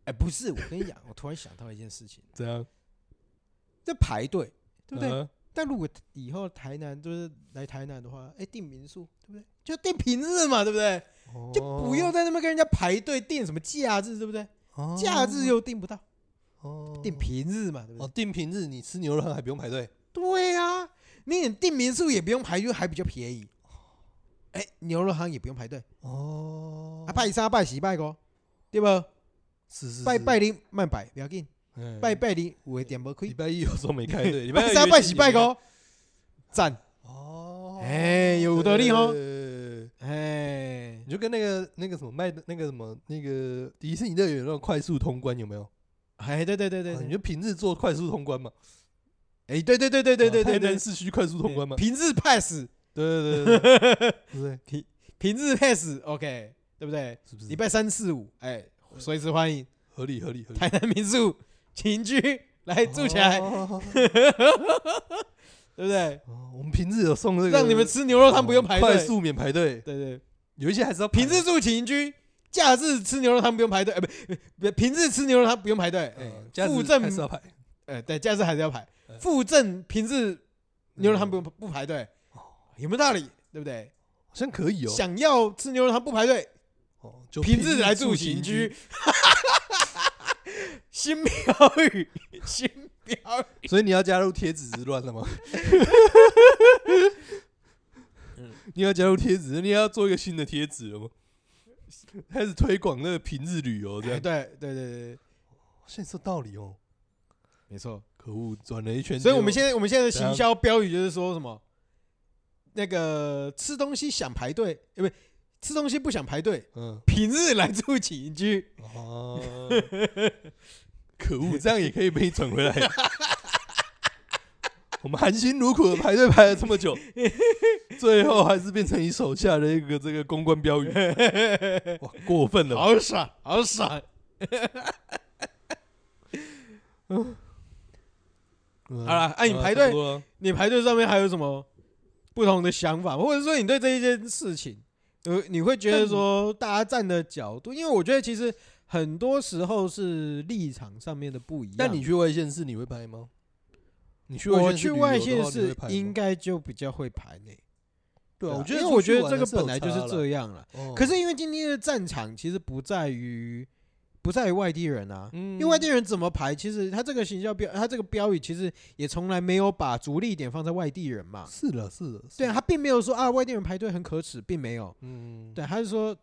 [SPEAKER 1] 哎，不是，我跟你讲，我突然想到一件事 情，
[SPEAKER 2] 这样，
[SPEAKER 1] 这排队，对不对？
[SPEAKER 2] 嗯
[SPEAKER 1] 但如果以后台南就是来台南的话，哎，订民宿，对不对？就订平日嘛，对不对？就不用在那边跟人家排队订什么假日，对不对？
[SPEAKER 2] 哦
[SPEAKER 1] 假日又订不到，
[SPEAKER 2] 哦
[SPEAKER 1] 订平日嘛，对不
[SPEAKER 2] 哦，
[SPEAKER 1] 对？
[SPEAKER 2] 定平日你吃牛肉汤还不用排队，
[SPEAKER 1] 对啊，你连订民宿也不用排队，还比较便宜。哎，牛肉汤也不用排队，
[SPEAKER 2] 哦
[SPEAKER 1] 啊，拜三拜四拜五，对不？
[SPEAKER 2] 是是
[SPEAKER 1] 拜
[SPEAKER 2] 是
[SPEAKER 1] 拜，零慢拜，不要紧，
[SPEAKER 2] 嗯
[SPEAKER 1] 拜拜零有的店无开
[SPEAKER 2] 礼。拜一有时候没开队， 礼拜
[SPEAKER 1] 拜
[SPEAKER 2] 二
[SPEAKER 1] 三
[SPEAKER 2] 约
[SPEAKER 1] 拜
[SPEAKER 2] 定
[SPEAKER 1] 喜
[SPEAKER 2] 礼
[SPEAKER 1] 拜
[SPEAKER 2] 拜
[SPEAKER 1] 高，赞！
[SPEAKER 2] 哦，
[SPEAKER 1] 哎有道理哦
[SPEAKER 2] 对对对对
[SPEAKER 1] 哎
[SPEAKER 2] 你，就跟那个那个什么卖的那个什么那个迪士尼乐园那种快速通关有没有？
[SPEAKER 1] 哎，对对对对
[SPEAKER 2] 啊你
[SPEAKER 1] 对，
[SPEAKER 2] 就平日做快速通关嘛，
[SPEAKER 1] 哎，对对对对对对
[SPEAKER 2] 啊台
[SPEAKER 1] 对对
[SPEAKER 2] 南，市区快速通关嘛，
[SPEAKER 1] 平日 pass，
[SPEAKER 2] 对对对对对对不对，
[SPEAKER 1] 平日 pass，OK，对不对？
[SPEAKER 2] 是不
[SPEAKER 1] 礼
[SPEAKER 2] 是？
[SPEAKER 1] 拜三四五，哎，随时欢迎
[SPEAKER 2] 合理合理合理，
[SPEAKER 1] 台南民宿群居来住起来，
[SPEAKER 2] 哦
[SPEAKER 1] 对不对？
[SPEAKER 2] 哦我们平日有送这个，哦
[SPEAKER 1] 让你们吃牛肉汤不用排
[SPEAKER 2] 快
[SPEAKER 1] 队，
[SPEAKER 2] 速免排队，
[SPEAKER 1] 对对，
[SPEAKER 2] 有一些还是要排
[SPEAKER 1] 平日住群居。假日吃牛肉汤不用排队，哎，不不，平日吃牛肉汤不用排队，
[SPEAKER 2] 呃
[SPEAKER 1] 哎，
[SPEAKER 2] 假日
[SPEAKER 1] 附赠
[SPEAKER 2] 还是要排，
[SPEAKER 1] 呃，对，假日还是要排
[SPEAKER 2] 呃。
[SPEAKER 1] 附赠平日牛肉汤不
[SPEAKER 2] 嗯
[SPEAKER 1] 用不排队
[SPEAKER 2] 哦，
[SPEAKER 1] 有没有道理？对不对？
[SPEAKER 2] 好像可以哦
[SPEAKER 1] 想要吃牛肉汤不排队，
[SPEAKER 2] 哦，就
[SPEAKER 1] 平日来住行居。新标语，新标语，
[SPEAKER 2] 所以你要加入贴纸之乱 了吗？
[SPEAKER 1] 嗯
[SPEAKER 2] 你要加入贴纸，你要做一个新的贴纸了吗？开始推广那个平日旅游这
[SPEAKER 1] 对
[SPEAKER 2] 样，
[SPEAKER 1] 哎对对对，
[SPEAKER 2] 现在说道理哦，
[SPEAKER 1] 没错。
[SPEAKER 2] 可恶，转了一圈。
[SPEAKER 1] 所以我们现在我们现在的
[SPEAKER 2] 怎样
[SPEAKER 1] 行销标语就是说什么，那个吃东西想排队，呃，不，吃东西不想排队，
[SPEAKER 2] 嗯
[SPEAKER 1] 平日来住起邻居。
[SPEAKER 2] 哦，可恶，这样也可以被你转回来。 我们含辛茹苦的排队排了这么 久，最后还是变成你手下的一个这个公关 标语，哇，过分了吧！
[SPEAKER 1] 好爽，好爽！
[SPEAKER 2] 嗯
[SPEAKER 1] 好啦那啊你
[SPEAKER 2] 好啦
[SPEAKER 1] 排队
[SPEAKER 2] 差不多了啊
[SPEAKER 1] 你排队上面还有什么不同的想法，或者说你对这一件事情，呃，你会觉得
[SPEAKER 2] 嗯
[SPEAKER 1] 说大家站的角度，因为我觉得其实很多时候是立场上面的不一样。
[SPEAKER 2] 但你去外县市你会拍吗？你去
[SPEAKER 1] 我
[SPEAKER 2] 县市
[SPEAKER 1] 去
[SPEAKER 2] 旅游
[SPEAKER 1] 外
[SPEAKER 2] 的
[SPEAKER 1] 县
[SPEAKER 2] 话你会
[SPEAKER 1] 市
[SPEAKER 2] 拍吗
[SPEAKER 1] 应该就比较会排呢、
[SPEAKER 2] 对啊，我觉得
[SPEAKER 1] 因为
[SPEAKER 2] 出
[SPEAKER 1] 我
[SPEAKER 2] 去
[SPEAKER 1] 觉得
[SPEAKER 2] 玩
[SPEAKER 1] 这个
[SPEAKER 2] 还是有
[SPEAKER 1] 本来就是
[SPEAKER 2] 差啦
[SPEAKER 1] 这样了。
[SPEAKER 2] 哦
[SPEAKER 1] 可是因为今天的战场其实不在于不在于外地人啊，
[SPEAKER 2] 嗯
[SPEAKER 1] 因为外地人怎么排，其实他这个形象标，他这个标语其实也从来没有把着力点放在外地人嘛。
[SPEAKER 2] 是了是了，
[SPEAKER 1] 对啊，他并没有说啊外地人排队很可耻，并没有。
[SPEAKER 2] 嗯，
[SPEAKER 1] 对，他是说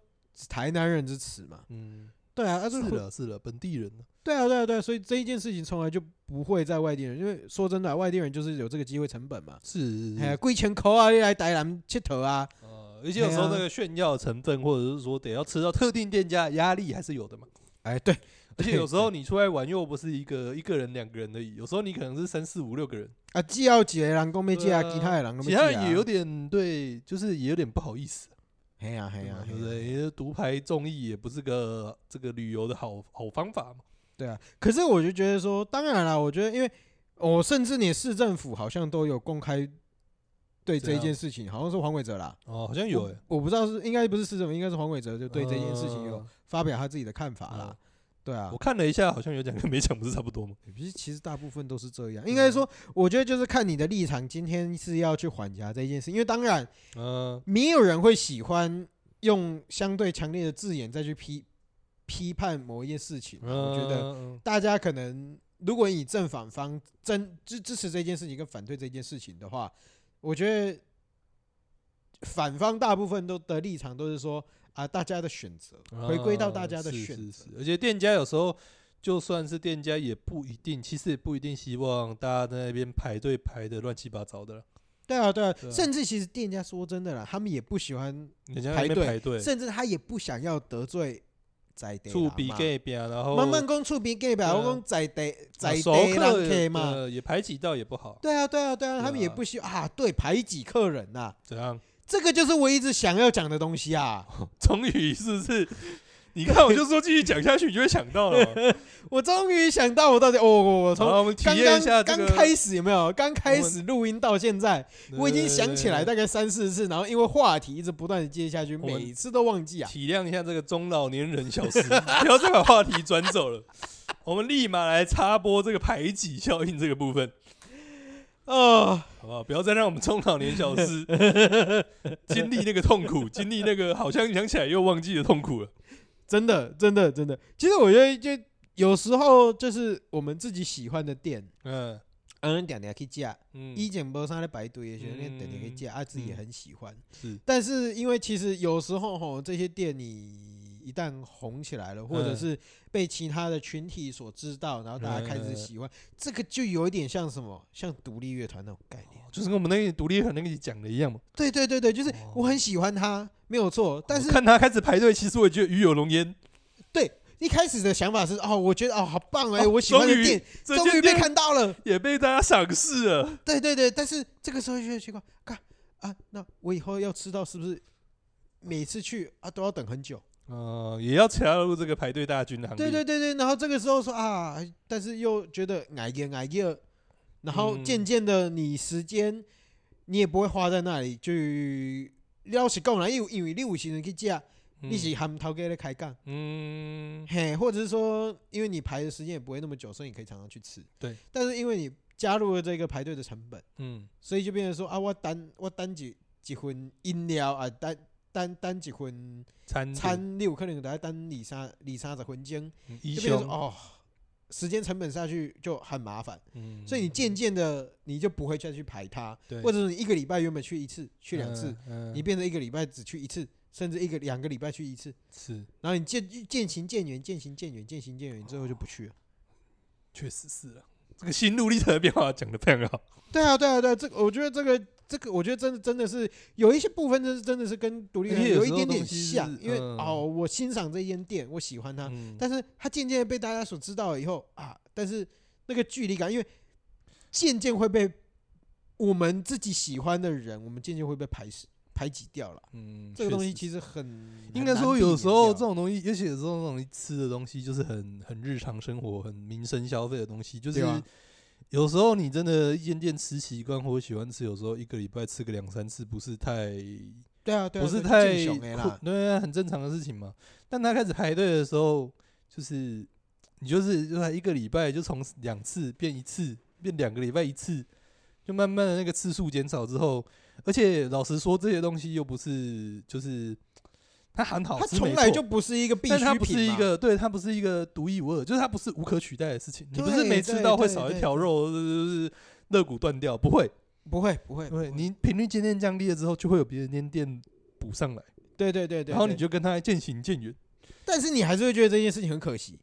[SPEAKER 1] 台南人之耻嘛。
[SPEAKER 2] 嗯，
[SPEAKER 1] 对啊，他
[SPEAKER 2] 是
[SPEAKER 1] 是
[SPEAKER 2] 了是了，本地人呢，
[SPEAKER 1] 对啊，对啊，对啊，所以这一件事情从来就不会在外地人，因为说真的啊、外地人就是有这个机会成本嘛。
[SPEAKER 2] 是
[SPEAKER 1] 哎呀，贵钱抠啊，你来台南佚佗啊，
[SPEAKER 2] 呃，而且有时候那
[SPEAKER 1] 对啊
[SPEAKER 2] 个炫耀成分，或者是说得要吃到特定店家，压力还是有的嘛。
[SPEAKER 1] 哎，对，
[SPEAKER 2] 而且
[SPEAKER 1] 对
[SPEAKER 2] 有时候你出来玩又不是一个一个人、两个人的，有时候你可能是三四五六个人，
[SPEAKER 1] 啊，既要几个人讲要
[SPEAKER 2] 对
[SPEAKER 1] 借啊，
[SPEAKER 2] 啊
[SPEAKER 1] 其他的人都
[SPEAKER 2] 其
[SPEAKER 1] 要
[SPEAKER 2] 他
[SPEAKER 1] 吃
[SPEAKER 2] 人
[SPEAKER 1] 啊
[SPEAKER 2] 也有，点对，就是也有点不好意思，啊
[SPEAKER 1] 嘿呀嘿
[SPEAKER 2] 哎对啊
[SPEAKER 1] 呀
[SPEAKER 2] 嘛，
[SPEAKER 1] 嘿啊
[SPEAKER 2] 对不
[SPEAKER 1] 呀
[SPEAKER 2] 对？因为独排众议也不是个这个旅游的好好方法嘛。
[SPEAKER 1] 对啊，可是我就觉得说，当然啦，我觉得因为我、哦甚至连市政府好像都有公开对
[SPEAKER 2] 怎
[SPEAKER 1] 这一件
[SPEAKER 2] 样
[SPEAKER 1] 事情，好像是黄伟哲啦，
[SPEAKER 2] 哦，好像有
[SPEAKER 1] 我
[SPEAKER 2] 诶，
[SPEAKER 1] 我不知道是应该不是市政府，应该是黄伟哲就对这件事情有
[SPEAKER 2] 嗯
[SPEAKER 1] 发表他自己的看法啦
[SPEAKER 2] 嗯。
[SPEAKER 1] 对啊
[SPEAKER 2] 我，看了一下，好像有讲跟没讲不是差不多吗？
[SPEAKER 1] 其实其实大部分都是这
[SPEAKER 2] 嗯
[SPEAKER 1] 样。应该说，我觉得就是看你的立场，今天是要去缓夹这件事，因为当然
[SPEAKER 2] 嗯，
[SPEAKER 1] 没有人会喜欢用相对强烈的字眼再去批批判某一件事情啊。我觉得
[SPEAKER 2] 得
[SPEAKER 1] 大家可能如果以正反方真支支持这件事情跟反对这件事情的话，我觉得反方大部分都的立场都是说啊，大家的选择回归到大家的
[SPEAKER 2] 啊
[SPEAKER 1] 选
[SPEAKER 2] 嗯是
[SPEAKER 1] 择
[SPEAKER 2] 是是而且店家有时候就算是店家也不一定，其实也不一定希望大家在那边排队排的乱七八糟的啦，
[SPEAKER 1] 对啊，对啊，
[SPEAKER 2] 对啊
[SPEAKER 1] 甚至其实店家说真的啦，他们也不喜欢，
[SPEAKER 2] 人家在那边
[SPEAKER 1] 排
[SPEAKER 2] 排队，
[SPEAKER 1] 甚至他也不想要得罪在地
[SPEAKER 2] 触
[SPEAKER 1] 人
[SPEAKER 2] 鼻
[SPEAKER 1] 嘛。
[SPEAKER 2] 盖边，然后
[SPEAKER 1] 慢慢讲触鼻 gay 吧，
[SPEAKER 2] 对啊
[SPEAKER 1] 我讲在地在
[SPEAKER 2] 啊
[SPEAKER 1] 地
[SPEAKER 2] 熟客
[SPEAKER 1] 人
[SPEAKER 2] 也
[SPEAKER 1] 客嘛。
[SPEAKER 2] 呃也排挤到也不好，
[SPEAKER 1] 对啊，对啊，对啊，
[SPEAKER 2] 对
[SPEAKER 1] 他们也
[SPEAKER 2] 啊
[SPEAKER 1] 不希啊，对排挤客人呐、
[SPEAKER 2] 怎样？
[SPEAKER 1] 这个就是我一直想要讲的东西啊。
[SPEAKER 2] 终于是不是？你看，我就说继续讲下去，你就会想 到了嘛。
[SPEAKER 1] 我终于想到我到底，哦，我我
[SPEAKER 2] 好
[SPEAKER 1] 从
[SPEAKER 2] 了，我们体
[SPEAKER 1] 刚
[SPEAKER 2] 验一下
[SPEAKER 1] 刚
[SPEAKER 2] 这
[SPEAKER 1] 刚
[SPEAKER 2] 个。
[SPEAKER 1] 开始有没有？刚开
[SPEAKER 2] 我
[SPEAKER 1] 始录音到现在，
[SPEAKER 2] 对
[SPEAKER 1] 我已经想起来大概三四次，然后因为话题一直不断的接下去，
[SPEAKER 2] 我们
[SPEAKER 1] 每次都忘记啊。
[SPEAKER 2] 体谅一下这个中老年人小时， 不要再把话题转走了。 我们立马来插播这个排挤效应这个部分，
[SPEAKER 1] 呃，
[SPEAKER 2] 好不好？不要再让我们中老年小 师经历那个痛苦，经历那个好像想起来又忘记的痛苦了。
[SPEAKER 1] 真的，真的，真的。其实我觉得，就有时候就是我们自己喜欢的店，
[SPEAKER 2] 嗯
[SPEAKER 1] 嗯，点点可以加，
[SPEAKER 2] 嗯，
[SPEAKER 1] 一减波上在排队的时候，那点点可以加，啊，自己也
[SPEAKER 2] 嗯
[SPEAKER 1] 很喜欢。
[SPEAKER 2] 是
[SPEAKER 1] 但是因为其实有时候吼，这些店你一旦红起来了，或者
[SPEAKER 2] 嗯
[SPEAKER 1] 是被其他的群体所知道，然后大家开始喜
[SPEAKER 2] 嗯
[SPEAKER 1] 欢，这个就有一点像什么，像独立乐团那种概念。
[SPEAKER 2] 哦就是跟我们那个独立很那个讲的一样嘛。
[SPEAKER 1] 对对对对，就是
[SPEAKER 2] 哦
[SPEAKER 1] 我很喜欢他，没有错。但是
[SPEAKER 2] 我看他开始排队，其实我也觉得鱼有龙烟。
[SPEAKER 1] 对一开始的想法是，哦，我觉得哦，好棒哎、
[SPEAKER 2] 哦
[SPEAKER 1] 我喜欢的
[SPEAKER 2] 终于
[SPEAKER 1] 店
[SPEAKER 2] 这
[SPEAKER 1] 终
[SPEAKER 2] 间
[SPEAKER 1] 于被
[SPEAKER 2] 店
[SPEAKER 1] 看到 了。
[SPEAKER 2] 也被大家赏识了。
[SPEAKER 1] 对对对，但是这个时候就会奇怪，看啊，那我以后要吃到是不是每次去啊都要等很久？
[SPEAKER 2] 呃，也要加入这个排队大军的行列。
[SPEAKER 1] 对对对对，然后这个时候说啊，但是又觉得矮耶矮耶，然后
[SPEAKER 2] 嗯
[SPEAKER 1] 渐渐的你时间你也不会花在那里，就了是讲啦，因为因为你有时阵去吃，啊
[SPEAKER 2] 嗯，
[SPEAKER 1] 你是含头家咧开杠，
[SPEAKER 2] 嗯，
[SPEAKER 1] 嘿，或者是说因为你排的时间也不会那么久，所以你可以常常去吃。
[SPEAKER 2] 对，
[SPEAKER 1] 但是因为你加入了这个排队的成本，
[SPEAKER 2] 嗯
[SPEAKER 1] 所以就变成说啊，我单我单几几份饮料啊，单单单几份
[SPEAKER 2] 餐点
[SPEAKER 1] 餐，你有可能得要单二三二三十分钟。
[SPEAKER 2] 嗯一
[SPEAKER 1] 就变成说
[SPEAKER 2] 凶
[SPEAKER 1] 哦，时间成本下去就很麻烦，
[SPEAKER 2] 嗯
[SPEAKER 1] 所以你渐渐的你就不会再去排它，
[SPEAKER 2] 对
[SPEAKER 1] 或者是你一个礼拜原本去一次，去两次，，
[SPEAKER 2] 嗯嗯
[SPEAKER 1] 你变成一个礼拜只去一次，甚至一个两个礼拜去一次，
[SPEAKER 2] 是
[SPEAKER 1] 然后你渐渐行渐远，渐行渐远，渐行渐远，最后就不去了。
[SPEAKER 2] 确实是了。这个心路历程的变化讲的非常好，
[SPEAKER 1] 对啊，对啊，对啊，这个我觉得这个这个，我觉得真的真的是有一些部分，真是真的是跟独立
[SPEAKER 2] 而且
[SPEAKER 1] 人
[SPEAKER 2] 有
[SPEAKER 1] 有
[SPEAKER 2] 时
[SPEAKER 1] 一
[SPEAKER 2] 候
[SPEAKER 1] 点点
[SPEAKER 2] 东西
[SPEAKER 1] 像
[SPEAKER 2] 是，
[SPEAKER 1] 因为
[SPEAKER 2] 嗯
[SPEAKER 1] 哦，我欣赏这间店，我喜欢它，
[SPEAKER 2] 嗯
[SPEAKER 1] 啊但是它渐渐被大家所知道了以后啊，但是那个距离感，因为渐渐会被我们自己喜欢的人，我们渐渐会被排斥排挤掉了。
[SPEAKER 2] 嗯，
[SPEAKER 1] 这个东西
[SPEAKER 2] 确实
[SPEAKER 1] 其实很
[SPEAKER 2] 应该说有时候这，
[SPEAKER 1] 很难避免掉
[SPEAKER 2] 种东西，尤其有时候这种吃的东西，就是很很日常生活、很民生消费的东西，就是
[SPEAKER 1] 对啊
[SPEAKER 2] 有时候你真的渐渐吃习惯或喜欢吃，有时候一个礼拜吃个两三次，不是太
[SPEAKER 1] 对啊，对啊，
[SPEAKER 2] 不是
[SPEAKER 1] 对
[SPEAKER 2] 太
[SPEAKER 1] 见熊的啦
[SPEAKER 2] 困，对啊，很正常的事情嘛。但他开始排队的时候，就是你就是就才一个礼拜就从两次变一次，变两个礼拜一次，就慢慢的那个次数减少之后，而且老实说，这些东西又不是就是它很好
[SPEAKER 1] 它
[SPEAKER 2] 吃，
[SPEAKER 1] 从
[SPEAKER 2] 没
[SPEAKER 1] 来
[SPEAKER 2] 错
[SPEAKER 1] 就不是一个必需
[SPEAKER 2] 但
[SPEAKER 1] 品
[SPEAKER 2] 它
[SPEAKER 1] 嘛，
[SPEAKER 2] 不是一个，对，它不是一个独一无二，就是它不是无可取代的事情。你不是
[SPEAKER 1] 对
[SPEAKER 2] 每吃
[SPEAKER 1] 对
[SPEAKER 2] 到会
[SPEAKER 1] 对
[SPEAKER 2] 少一
[SPEAKER 1] 对
[SPEAKER 2] 条肉，就是肋骨断掉，不会，
[SPEAKER 1] 不会不会，
[SPEAKER 2] 因为
[SPEAKER 1] 不会
[SPEAKER 2] 你频率渐渐降低了之后，就会有别的间店补上来，
[SPEAKER 1] 对对对对，
[SPEAKER 2] 然后你
[SPEAKER 1] 对
[SPEAKER 2] 就跟它渐行渐远。
[SPEAKER 1] 但是你还是会觉得这件事情很可惜，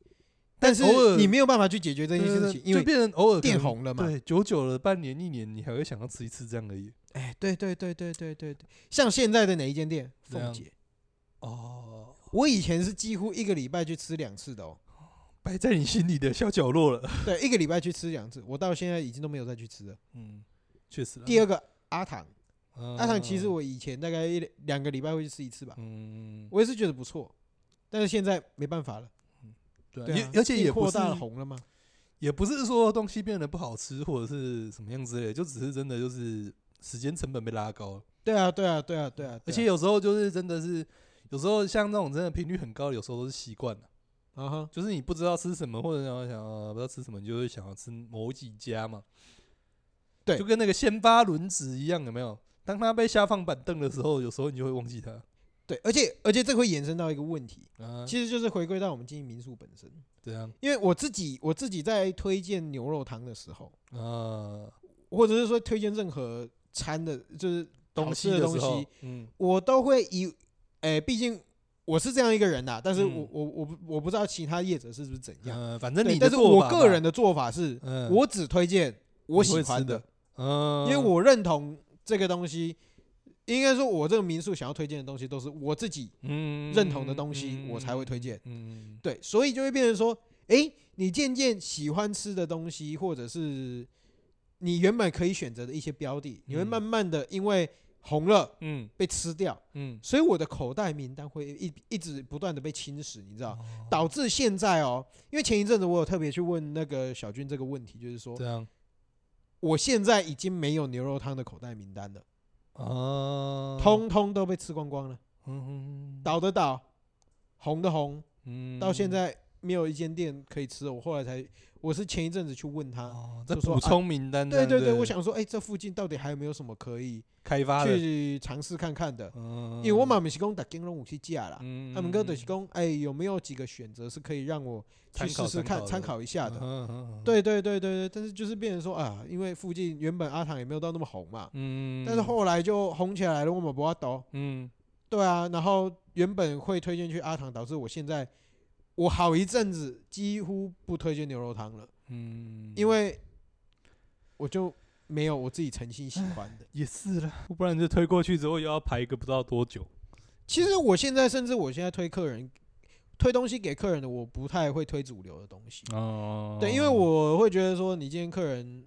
[SPEAKER 1] 但是
[SPEAKER 2] 偶尔
[SPEAKER 1] 你没有办法去解决这件事情，因
[SPEAKER 2] 就
[SPEAKER 1] 为
[SPEAKER 2] 变成偶尔可
[SPEAKER 1] 变
[SPEAKER 2] 能，
[SPEAKER 1] 红了嘛。
[SPEAKER 2] 对，久久了，半年一年，你还会想要吃一次这样而已。
[SPEAKER 1] 哎，对对对对对对对，像现在的哪一间店？
[SPEAKER 2] 怎样
[SPEAKER 1] 凤姐，
[SPEAKER 2] 哦，
[SPEAKER 1] 我以前是几乎一个礼拜去吃两次的 哦，
[SPEAKER 2] 摆在你心里的小角落了。
[SPEAKER 1] 对，一个礼拜去吃两次，我到现在已经都没有再去吃了。
[SPEAKER 2] 嗯，确实啦。
[SPEAKER 1] 第二个阿唐，
[SPEAKER 2] 嗯，
[SPEAKER 1] 阿唐其实我以前大概一两个礼拜会去吃一次吧，
[SPEAKER 2] 嗯，
[SPEAKER 1] 我也是觉得不错，但是现在没办法了，
[SPEAKER 2] 对啊，
[SPEAKER 1] 对啊
[SPEAKER 2] 也而且
[SPEAKER 1] 并
[SPEAKER 2] 也不
[SPEAKER 1] 扩
[SPEAKER 2] 是
[SPEAKER 1] 大了红了嘛。
[SPEAKER 2] 也不是说东西变得不好吃或者是什么样之类的，就只是真的就是时间成本被拉高了，
[SPEAKER 1] 对啊对啊对啊对啊，
[SPEAKER 2] 而且有时候就是真的是。有时候像那种真的频率很高的，有时候都是习惯了，
[SPEAKER 1] 啊哈，
[SPEAKER 2] 就是你不知道吃什么，或者想要想要不知道吃什么，你就会想要吃某几家嘛。
[SPEAKER 1] 对
[SPEAKER 2] 就跟那个先发轮子一样，有没有？当他被下放板凳的时候，有时候你就会忘记他。
[SPEAKER 1] 对，而且而且这会衍生到一个问题，
[SPEAKER 2] 啊，
[SPEAKER 1] 其实就是回归到我们经营民宿本身。
[SPEAKER 2] 这样
[SPEAKER 1] 因为我自己我自己在推荐牛肉汤的时候，
[SPEAKER 2] 啊，
[SPEAKER 1] 或者是说推荐任何餐的，就是
[SPEAKER 2] 东
[SPEAKER 1] 好
[SPEAKER 2] 西
[SPEAKER 1] 吃的
[SPEAKER 2] 时
[SPEAKER 1] 东
[SPEAKER 2] 候
[SPEAKER 1] 西，，
[SPEAKER 2] 嗯，
[SPEAKER 1] 我都会以，诶、毕竟我是这样一个人呐、啊但是我、
[SPEAKER 2] 嗯
[SPEAKER 1] 我我不我不知道其他业者是不是怎样，
[SPEAKER 2] 呃，反正
[SPEAKER 1] 对
[SPEAKER 2] 你的
[SPEAKER 1] 但是
[SPEAKER 2] 做
[SPEAKER 1] 我
[SPEAKER 2] 法
[SPEAKER 1] 个
[SPEAKER 2] 嘛
[SPEAKER 1] 人，的做法是，
[SPEAKER 2] 嗯，
[SPEAKER 1] 我只推荐我喜
[SPEAKER 2] 你会吃
[SPEAKER 1] 欢
[SPEAKER 2] 的
[SPEAKER 1] 的，
[SPEAKER 2] 嗯，
[SPEAKER 1] 因为我认同这个东西。应该说，我这个民宿想要推荐的东西都是我自己
[SPEAKER 2] 嗯
[SPEAKER 1] 认同的东西，我才会推荐。
[SPEAKER 2] 嗯，
[SPEAKER 1] 对，所以就会变成说，诶，你渐渐喜欢吃的东西，或者是你原本可以选择的一些标的，你会
[SPEAKER 2] 嗯
[SPEAKER 1] 慢慢的因为红了
[SPEAKER 2] 嗯
[SPEAKER 1] 被吃掉，
[SPEAKER 2] 嗯，
[SPEAKER 1] 所以我的口袋名单会一一直不断的被侵蚀，你知道，
[SPEAKER 2] 哦
[SPEAKER 1] 导致现在哦，因为前一阵子我有特别去问那个小军这个问题，就是说
[SPEAKER 2] 这，样
[SPEAKER 1] 我现在已经没有牛肉汤的口袋名单了，
[SPEAKER 2] 啊，
[SPEAKER 1] 通通都被吃光光了，
[SPEAKER 2] 嗯，嗯
[SPEAKER 1] 倒的倒，红的红，
[SPEAKER 2] 嗯
[SPEAKER 1] 到现在没有一间店可以吃了。我后来才，我是前一阵子去问他，
[SPEAKER 2] 哦，在
[SPEAKER 1] 就说
[SPEAKER 2] 补
[SPEAKER 1] 啊
[SPEAKER 2] 充名单这
[SPEAKER 1] 对
[SPEAKER 2] 样子，
[SPEAKER 1] 对对，我想说，哎、这附近到底还有没有什么可以
[SPEAKER 2] 开发的，
[SPEAKER 1] 去尝试看看的？
[SPEAKER 2] 嗯，
[SPEAKER 1] 因为我，嘛不是讲打金龙武器架啦，
[SPEAKER 2] 嗯，
[SPEAKER 1] 他们哥就是讲，哎、有没有几个选择是可以让我去
[SPEAKER 2] 参考
[SPEAKER 1] 试试看、参
[SPEAKER 2] 的
[SPEAKER 1] 考一下的？
[SPEAKER 2] 嗯，嗯嗯，
[SPEAKER 1] 对对对对对，但是就是变成说啊，因为附近原本阿唐也没有到那么红嘛，
[SPEAKER 2] 嗯，
[SPEAKER 1] 但是后来就红起来了，我们不要抖。
[SPEAKER 2] 嗯。
[SPEAKER 1] 对啊，然后原本会推荐去阿唐，导致我现在我好一阵子几乎不推荐牛肉汤了，
[SPEAKER 2] 嗯，
[SPEAKER 1] 因为我就没有我自己诚心喜欢的。
[SPEAKER 2] 也是啦，不然就推过去之后又要排一个不知道多久。
[SPEAKER 1] 其实我现在甚至我现在推客人推东西给客人的，我不太会推主流的东西。
[SPEAKER 2] 哦
[SPEAKER 1] 对，因为我会觉得说，你今天客人，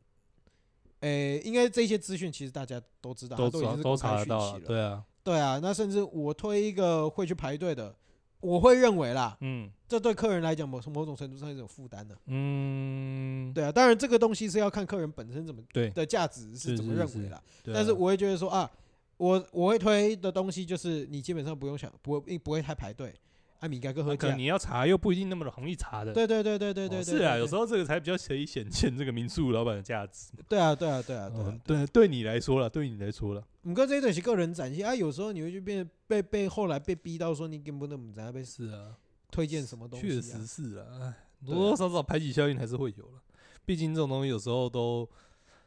[SPEAKER 1] 诶，应该这些资讯其实大家都知道，
[SPEAKER 2] 都
[SPEAKER 1] 它都已经
[SPEAKER 2] 查
[SPEAKER 1] 是
[SPEAKER 2] 都
[SPEAKER 1] 公
[SPEAKER 2] 查
[SPEAKER 1] 开
[SPEAKER 2] 得
[SPEAKER 1] 讯
[SPEAKER 2] 到啊
[SPEAKER 1] 息，了。
[SPEAKER 2] 对啊，
[SPEAKER 1] 对啊，那甚至我推一个会去排队的，我会认为啦，
[SPEAKER 2] 嗯
[SPEAKER 1] 这对客人来讲某某种程度上是一种负担的。
[SPEAKER 2] 嗯，
[SPEAKER 1] 对啊，当然这个东西是要看客人本身怎么
[SPEAKER 2] 对
[SPEAKER 1] 的价值
[SPEAKER 2] 是
[SPEAKER 1] 是怎么
[SPEAKER 2] 是
[SPEAKER 1] 认
[SPEAKER 2] 是
[SPEAKER 1] 为啦。
[SPEAKER 2] 对
[SPEAKER 1] 但是
[SPEAKER 2] 啊
[SPEAKER 1] 我会觉得说啊，我我会推的东西就是你基本上不用想，不会不会太排队，艾米该各喝
[SPEAKER 2] 可能
[SPEAKER 1] 价。
[SPEAKER 2] 你要查又不一定那么容易查的。
[SPEAKER 1] 对对对对对
[SPEAKER 2] 哦
[SPEAKER 1] 对，
[SPEAKER 2] 是啊，有时
[SPEAKER 1] 候
[SPEAKER 2] 候这个才比较可以显现这个民宿老板的价值。
[SPEAKER 1] 对啊对啊对啊对啊
[SPEAKER 2] 嗯，，对，对你来说了，对你来说了，
[SPEAKER 1] 我们哥这些东西个人展现啊，有时候你会就变被被后来被逼到说你根本都不知道被
[SPEAKER 2] 是啊，
[SPEAKER 1] 推荐什么东西、啊，
[SPEAKER 2] 确实是啊，哎多多少少排挤效应还是会有了。毕竟这种东西有时候都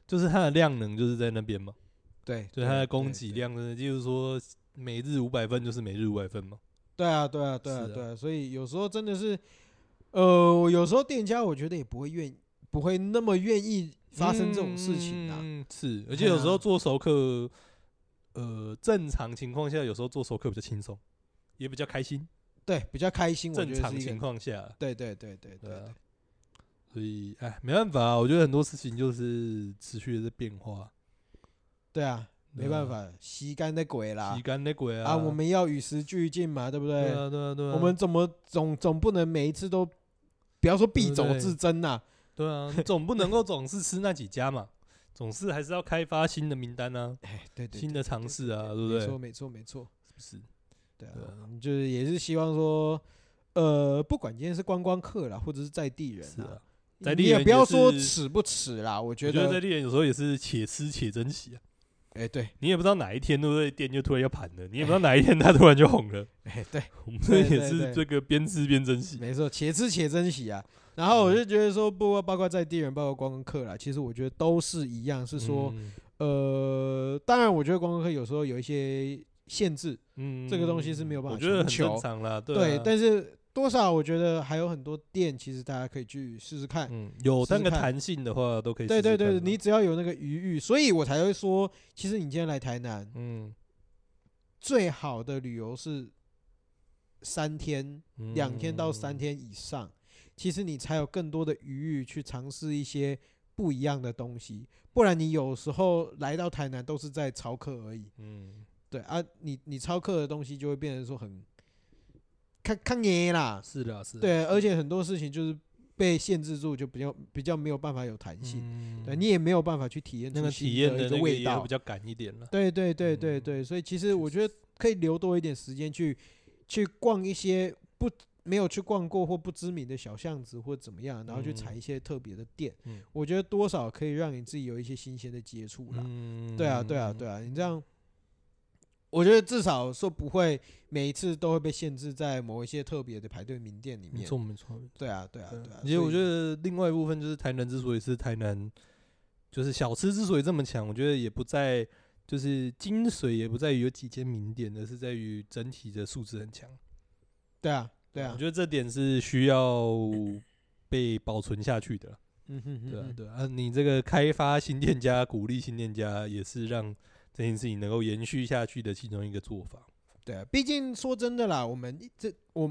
[SPEAKER 2] 就是它的量能就是在那边嘛，
[SPEAKER 1] 对，
[SPEAKER 2] 就是
[SPEAKER 1] 对啊
[SPEAKER 2] 它的供给，
[SPEAKER 1] 对对
[SPEAKER 2] 量呢，就是说每日五百份就是每日五百份嘛。
[SPEAKER 1] 对啊，对啊，对啊，
[SPEAKER 2] 是啊
[SPEAKER 1] 对啊，所以有时候真的是，呃，有时候店家我觉得也不会愿不会那么愿意发生这种事情啊，
[SPEAKER 2] 嗯，是，而且有时候做熟客，呃，正常情况下有时候做熟客比较轻松，也比较开心。
[SPEAKER 1] 对，比较开心，我
[SPEAKER 2] 正
[SPEAKER 1] 觉得
[SPEAKER 2] 常
[SPEAKER 1] 是一
[SPEAKER 2] 情
[SPEAKER 1] 个，
[SPEAKER 2] 况下，
[SPEAKER 1] 对对对对对
[SPEAKER 2] 对
[SPEAKER 1] 对
[SPEAKER 2] 啊，所以哎，没办法啊，我觉得很多事情就是持续的在变化，
[SPEAKER 1] 对啊，
[SPEAKER 2] 对
[SPEAKER 1] 没办
[SPEAKER 2] 啊，
[SPEAKER 1] 法，吸干的鬼啦
[SPEAKER 2] 洗，干的鬼
[SPEAKER 1] 啊，我们要与时俱进嘛，对不
[SPEAKER 2] 对
[SPEAKER 1] 对？
[SPEAKER 2] 啊对啊对啊，
[SPEAKER 1] 我们怎么总总不能每一次都不要说必走
[SPEAKER 2] 对不对
[SPEAKER 1] 自珍呐、
[SPEAKER 2] 对啊，你总不能够总是吃那几家嘛，总是还是要开发新的名单啊，
[SPEAKER 1] 哎，对对，
[SPEAKER 2] 新
[SPEAKER 1] 对
[SPEAKER 2] 的
[SPEAKER 1] 对
[SPEAKER 2] 尝
[SPEAKER 1] 对
[SPEAKER 2] 试
[SPEAKER 1] 对
[SPEAKER 2] 啊
[SPEAKER 1] 对
[SPEAKER 2] 对不
[SPEAKER 1] 没
[SPEAKER 2] 对
[SPEAKER 1] 错，没错，没错。
[SPEAKER 2] 是不是？
[SPEAKER 1] 对啊
[SPEAKER 2] 对啊，
[SPEAKER 1] 我们就是也是希望说，呃，不管今天是观光客啦，或者是在地人
[SPEAKER 2] 是啊
[SPEAKER 1] 啊，，
[SPEAKER 2] 在
[SPEAKER 1] 你
[SPEAKER 2] 地
[SPEAKER 1] 也
[SPEAKER 2] 人
[SPEAKER 1] 不
[SPEAKER 2] 也
[SPEAKER 1] 要说
[SPEAKER 2] 是
[SPEAKER 1] 耻不耻啦，我觉
[SPEAKER 2] 我觉得在
[SPEAKER 1] 得，
[SPEAKER 2] 地人有时候也是且吃且珍惜啊，
[SPEAKER 1] 哎，对，
[SPEAKER 2] 你也不知道哪一天对不对，店就突然要盘了，你也不知道哪一天它突然就红了，
[SPEAKER 1] 哎，对，
[SPEAKER 2] 我们这
[SPEAKER 1] 对
[SPEAKER 2] 也
[SPEAKER 1] 对
[SPEAKER 2] 是
[SPEAKER 1] 对
[SPEAKER 2] 这个边吃边珍惜，啊
[SPEAKER 1] 没错，且吃且珍惜啊。然后
[SPEAKER 2] 嗯
[SPEAKER 1] 我就觉得说，不包括在地人，包括观光客啦，其实我觉得都是一样，是说，
[SPEAKER 2] 嗯
[SPEAKER 1] 呃，当然，我觉得观光客有时候有一些限制，
[SPEAKER 2] 嗯
[SPEAKER 1] 这个东西是没有办法
[SPEAKER 2] 我觉得很
[SPEAKER 1] 强求
[SPEAKER 2] 正常啦，对
[SPEAKER 1] 对
[SPEAKER 2] 啊，
[SPEAKER 1] 但是多少我觉得还有很多店，其实大家可以去试试看。
[SPEAKER 2] 嗯，有
[SPEAKER 1] 试试
[SPEAKER 2] 那个
[SPEAKER 1] 看
[SPEAKER 2] 弹性的话都可以试
[SPEAKER 1] 对
[SPEAKER 2] 试看
[SPEAKER 1] 对
[SPEAKER 2] 啊，
[SPEAKER 1] 对，你只要有那个余裕，所以我才会说，其实你今天来台南，
[SPEAKER 2] 嗯
[SPEAKER 1] 最好的旅游是三天，
[SPEAKER 2] 嗯
[SPEAKER 1] 两天到三
[SPEAKER 2] 嗯
[SPEAKER 1] 天以上，其实你才有更多的余裕去尝试一些不一样的东西。不然你有时候来到台南都是在操课而已，
[SPEAKER 2] 嗯，
[SPEAKER 1] 对啊，你你操课的东西就会变成说很看看耶啦，
[SPEAKER 2] 是啦是啦，
[SPEAKER 1] 对，而且很多事情就是被限制住，就比较比较没有办法有弹性。
[SPEAKER 2] 嗯
[SPEAKER 1] 对你也没有办法去体验
[SPEAKER 2] 那
[SPEAKER 1] 出
[SPEAKER 2] 个
[SPEAKER 1] 新
[SPEAKER 2] 体验
[SPEAKER 1] 的
[SPEAKER 2] 的
[SPEAKER 1] 一个
[SPEAKER 2] 那个
[SPEAKER 1] 味
[SPEAKER 2] 也会
[SPEAKER 1] 道
[SPEAKER 2] 比。较赶一点了。
[SPEAKER 1] 对对对对
[SPEAKER 2] 嗯
[SPEAKER 1] 对，所以其实我觉得可以留多一点时间去去逛一些不没有去逛过或不知名的小巷子或怎么样，然后去踩
[SPEAKER 2] 嗯
[SPEAKER 1] 一些特别的店
[SPEAKER 2] 嗯，
[SPEAKER 1] 我觉得多少可以让你自己有一些新鲜的接触啦。
[SPEAKER 2] 嗯
[SPEAKER 1] 对啊对啊对啊，你这样。我觉得至少说不会每一次都会被限制在某一些特别的排队名店里
[SPEAKER 2] 没
[SPEAKER 1] 面。
[SPEAKER 2] 错没错。
[SPEAKER 1] 对啊，对啊，对啊。
[SPEAKER 2] 而且我觉
[SPEAKER 1] 得。
[SPEAKER 2] 得另外一部分就是台南之所以是台南，就是小吃之所以这么强，我觉得也不在就是精髓，也不在于有几间名店，而是在于整体的素质很强。
[SPEAKER 1] 对啊，对啊
[SPEAKER 2] 我觉，得这点是需 要被保存下去的啦。
[SPEAKER 1] 嗯哼哼
[SPEAKER 2] 对啊
[SPEAKER 1] 哼，
[SPEAKER 2] 对啊，啊你这个开发新店家、鼓励新店家，也是让这件事情能够延续下去的其中一个做法。
[SPEAKER 1] 对啊，毕竟说真的啦，我们一这我，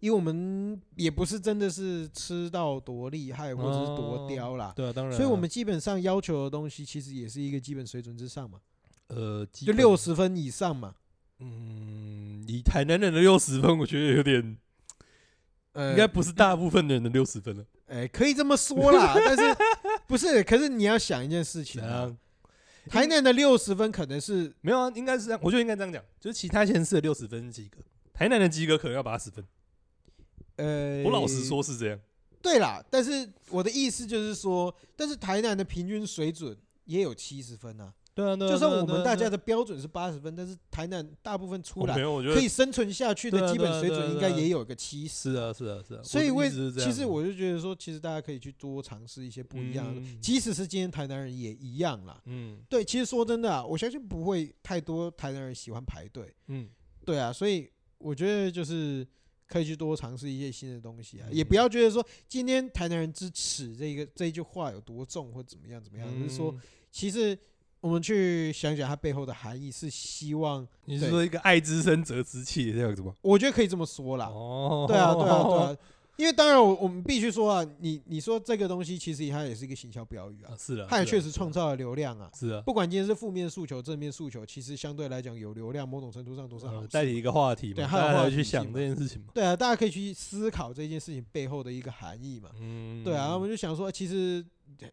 [SPEAKER 1] 因为我们也不是真的是吃到多厉害或者是多
[SPEAKER 2] 哦
[SPEAKER 1] 刁啦，
[SPEAKER 2] 对啊，当然啊，
[SPEAKER 1] 所以我们基本上要求的东西其实也是一个基本水准之上嘛，
[SPEAKER 2] 呃，基
[SPEAKER 1] 就
[SPEAKER 2] 本
[SPEAKER 1] 六十分以上嘛。
[SPEAKER 2] 嗯，以台南人的六十分，我觉得有点，
[SPEAKER 1] 呃，
[SPEAKER 2] 应该不是大部分人的六十分了。
[SPEAKER 1] 哎，可以这么说啦，但是 不是？可是你要想一件事情
[SPEAKER 2] 怎
[SPEAKER 1] 啊
[SPEAKER 2] 样，？
[SPEAKER 1] 台南的六十分可能是
[SPEAKER 2] 没有啊，应该是这样，我觉得应该这样讲，就是其他县市的六十分及格，台南的及格可能要八十分。
[SPEAKER 1] 呃，
[SPEAKER 2] 我老实，说是这样，
[SPEAKER 1] 对啦，但是我的意思就是说，但是台南的平均水准也有七十分啊。
[SPEAKER 2] 对啊，对啊，
[SPEAKER 1] 就算
[SPEAKER 2] 对啊
[SPEAKER 1] 我们大家，
[SPEAKER 2] 对啊
[SPEAKER 1] 的标准是八十分，但是台南大部分
[SPEAKER 2] 我
[SPEAKER 1] 出来
[SPEAKER 2] 没有，我觉得
[SPEAKER 1] 可以生存下去
[SPEAKER 2] 对
[SPEAKER 1] 的
[SPEAKER 2] 啊
[SPEAKER 1] 基
[SPEAKER 2] 对啊
[SPEAKER 1] 本水
[SPEAKER 2] 对啊
[SPEAKER 1] 准，应
[SPEAKER 2] 对
[SPEAKER 1] 该
[SPEAKER 2] 啊
[SPEAKER 1] 也有一个七十。
[SPEAKER 2] 是啊，是啊，是啊。
[SPEAKER 1] 所以
[SPEAKER 2] 我
[SPEAKER 1] 为
[SPEAKER 2] 一直是这样
[SPEAKER 1] 其实我就觉得说，其实大家可以去多尝试一些不一样的，
[SPEAKER 2] 嗯
[SPEAKER 1] 即使是今天台南人也一样啦。
[SPEAKER 2] 嗯
[SPEAKER 1] 对，其实说真的啊，我相信不会太多台南人喜欢排队。
[SPEAKER 2] 嗯，
[SPEAKER 1] 对啊，所以我觉得就是可以去多尝试一些新的东西啊，
[SPEAKER 2] 嗯
[SPEAKER 1] 也不要觉得说今天台南人之耻这一个这一句话有多重或怎么样怎么样，就是说
[SPEAKER 2] 嗯，
[SPEAKER 1] 其实我们去想想它背后的含义，是希望，
[SPEAKER 2] 你是
[SPEAKER 1] 对
[SPEAKER 2] 说一个爱之深责之切这样子吗？
[SPEAKER 1] 我觉得可以这么说啦。
[SPEAKER 2] 哦
[SPEAKER 1] 对啊，对啊，对啊，因为当然我我们必须说啊，你你说这个东西其实它也是一个行销标语啊
[SPEAKER 2] 啊，，是啊，
[SPEAKER 1] 它也
[SPEAKER 2] 是啊
[SPEAKER 1] 确实创造了流量啊。
[SPEAKER 2] 是啊，
[SPEAKER 1] 不管今天是负面诉求、正面诉求，其实相对来讲有流量，某种程度上都是好
[SPEAKER 2] 呃
[SPEAKER 1] 事。
[SPEAKER 2] 带起一个话题嘛，
[SPEAKER 1] 对还有
[SPEAKER 2] 大家
[SPEAKER 1] 话
[SPEAKER 2] 来
[SPEAKER 1] 题
[SPEAKER 2] 去
[SPEAKER 1] 性
[SPEAKER 2] 想
[SPEAKER 1] 嘛
[SPEAKER 2] 这件事情嘛。
[SPEAKER 1] 对啊，大家可以去思考这件事情背后的一个含义嘛。
[SPEAKER 2] 嗯，
[SPEAKER 1] 对啊，我们就想说，其实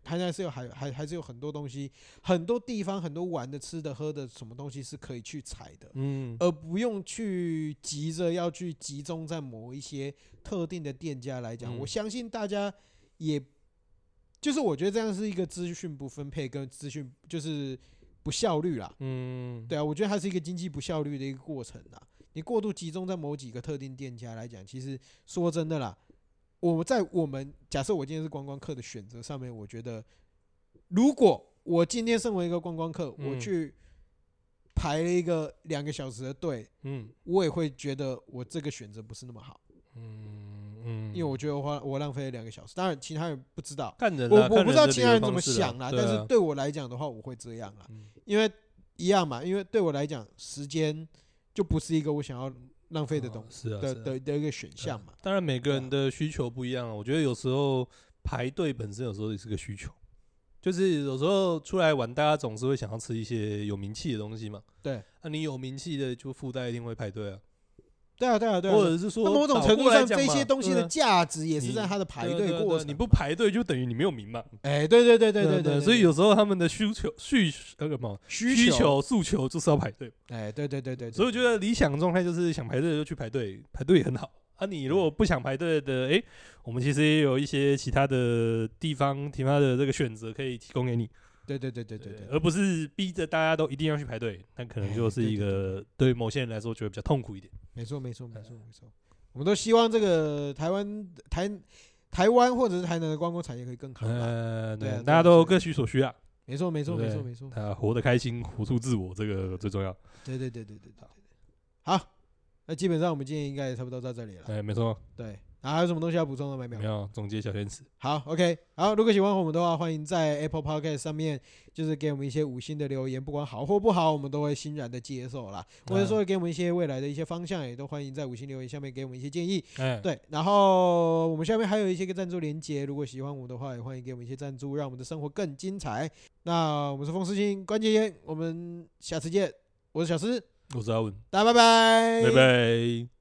[SPEAKER 1] 台南是有还还还是有很多东西，很多地方、很多玩的、吃的、喝的，什么东西是可以去采的。
[SPEAKER 2] 嗯，
[SPEAKER 1] 而不用去急着要去集中在某一些特定的店家来讲，
[SPEAKER 2] 嗯
[SPEAKER 1] 我相信大家也，就是我觉得这样是一个资讯不分配跟资讯就是不效率啦。
[SPEAKER 2] 嗯，
[SPEAKER 1] 对啊，我觉得它是一个经济不效率的一个过程啦。你过度集中在某几个特定店家来讲，其实说真的啦，我在我们假设我今天是观光客的选择上面，我觉得如果我今天身为一个观光客，我
[SPEAKER 2] 嗯
[SPEAKER 1] 去排了一个两个小时的队，
[SPEAKER 2] 嗯
[SPEAKER 1] 我也会觉得我这个选择不是那么好，
[SPEAKER 2] 嗯嗯，
[SPEAKER 1] 因为我觉得我花我浪费了两个小时。当然，其他人不知道，
[SPEAKER 2] 看人啊，
[SPEAKER 1] 我
[SPEAKER 2] 看
[SPEAKER 1] 我不知道
[SPEAKER 2] 的
[SPEAKER 1] 其
[SPEAKER 2] 旅
[SPEAKER 1] 他
[SPEAKER 2] 游
[SPEAKER 1] 人怎
[SPEAKER 2] 方
[SPEAKER 1] 么
[SPEAKER 2] 式啊
[SPEAKER 1] 想啦，
[SPEAKER 2] 对
[SPEAKER 1] 但是
[SPEAKER 2] 啊
[SPEAKER 1] 对我来讲的话，我会这样啦，
[SPEAKER 2] 嗯
[SPEAKER 1] 因为一样嘛，因为对我来讲，时间就不是一个我想要浪费的
[SPEAKER 2] 嗯
[SPEAKER 1] 东西
[SPEAKER 2] 是啊
[SPEAKER 1] 的
[SPEAKER 2] 是啊
[SPEAKER 1] 的的一个选项嘛。
[SPEAKER 2] 当然每
[SPEAKER 1] 对
[SPEAKER 2] 个
[SPEAKER 1] 啊
[SPEAKER 2] 人的需求不一样啊，我觉得有时候排队本身有时候也是个需求，就是有时候出来玩，大家总是会想要吃一些有名气的东西嘛。
[SPEAKER 1] 对，
[SPEAKER 2] 那、你有名气的就附带一定会排队啊，
[SPEAKER 1] 对啊，对啊，对啊。
[SPEAKER 2] 或者是说
[SPEAKER 1] 那某种
[SPEAKER 2] 倒
[SPEAKER 1] 程度
[SPEAKER 2] 过来
[SPEAKER 1] 上，
[SPEAKER 2] 讲
[SPEAKER 1] 这
[SPEAKER 2] 嘛
[SPEAKER 1] 些东西
[SPEAKER 2] 对
[SPEAKER 1] 的
[SPEAKER 2] 啊
[SPEAKER 1] 价值也是
[SPEAKER 2] 你
[SPEAKER 1] 在它的 排
[SPEAKER 2] 对啊
[SPEAKER 1] 队
[SPEAKER 2] 对啊对啊
[SPEAKER 1] 过程。
[SPEAKER 2] 你不，排队就等于你没有名嘛。
[SPEAKER 1] 哎，对对对对
[SPEAKER 2] 啊
[SPEAKER 1] 对
[SPEAKER 2] 啊
[SPEAKER 1] 对，
[SPEAKER 2] 所以
[SPEAKER 1] 对
[SPEAKER 2] 有时候他们的需求需那个什么
[SPEAKER 1] 需求，
[SPEAKER 2] 求诉求就是要排队，
[SPEAKER 1] 哎，对对对对，对
[SPEAKER 2] 所以我觉得理想状态就是想排队就去排队，排队也很好。啊，你如果不想排队的，诶，我们其实也有一些其他的地方、其他的这个选择可以提供给你，
[SPEAKER 1] 对对对对对对，
[SPEAKER 2] 而不是逼着大家都一定要去排队，那可能
[SPEAKER 1] 哎
[SPEAKER 2] 就是
[SPEAKER 1] 对对
[SPEAKER 2] 一
[SPEAKER 1] 对
[SPEAKER 2] 个对某些人来说觉得比较痛苦一点。
[SPEAKER 1] 没错没错没错没错，我们都希望这个台湾台台湾或者是台南的观光产业可以更好啦。
[SPEAKER 2] 呃，
[SPEAKER 1] 对啊对啊
[SPEAKER 2] 大家都各取所需啊，
[SPEAKER 1] 没错没错没
[SPEAKER 2] 对
[SPEAKER 1] 错
[SPEAKER 2] 不
[SPEAKER 1] 没错，
[SPEAKER 2] 啊，活得开心，活出自我，这个最重要。
[SPEAKER 1] 对对对对对对。好，那基本上我们今天应该也差不多到这里了。
[SPEAKER 2] 哎，没错，
[SPEAKER 1] 对，然后还有什么东西要补充的吗？没有
[SPEAKER 2] 没。有总结小天使，
[SPEAKER 1] 好，OK，好，如果喜欢我们的话，欢迎在 Apple Podcast 上面就是给我们一些五星的留言，不管好或不好，我们都会欣然的接受啦。或者说给我们一些未来的一些方向，也都欢迎在五星留言下面给我们一些建议。
[SPEAKER 2] 哎，
[SPEAKER 1] 对，然后我们下面还有一些个赞助连接，如果喜欢我们的话，也欢迎给我们一些赞助，让我们的生活更精彩。那我们是风湿性关节炎，我们下次见，我是小诗，
[SPEAKER 2] 我是阿文，
[SPEAKER 1] 大家拜拜，
[SPEAKER 2] 拜拜。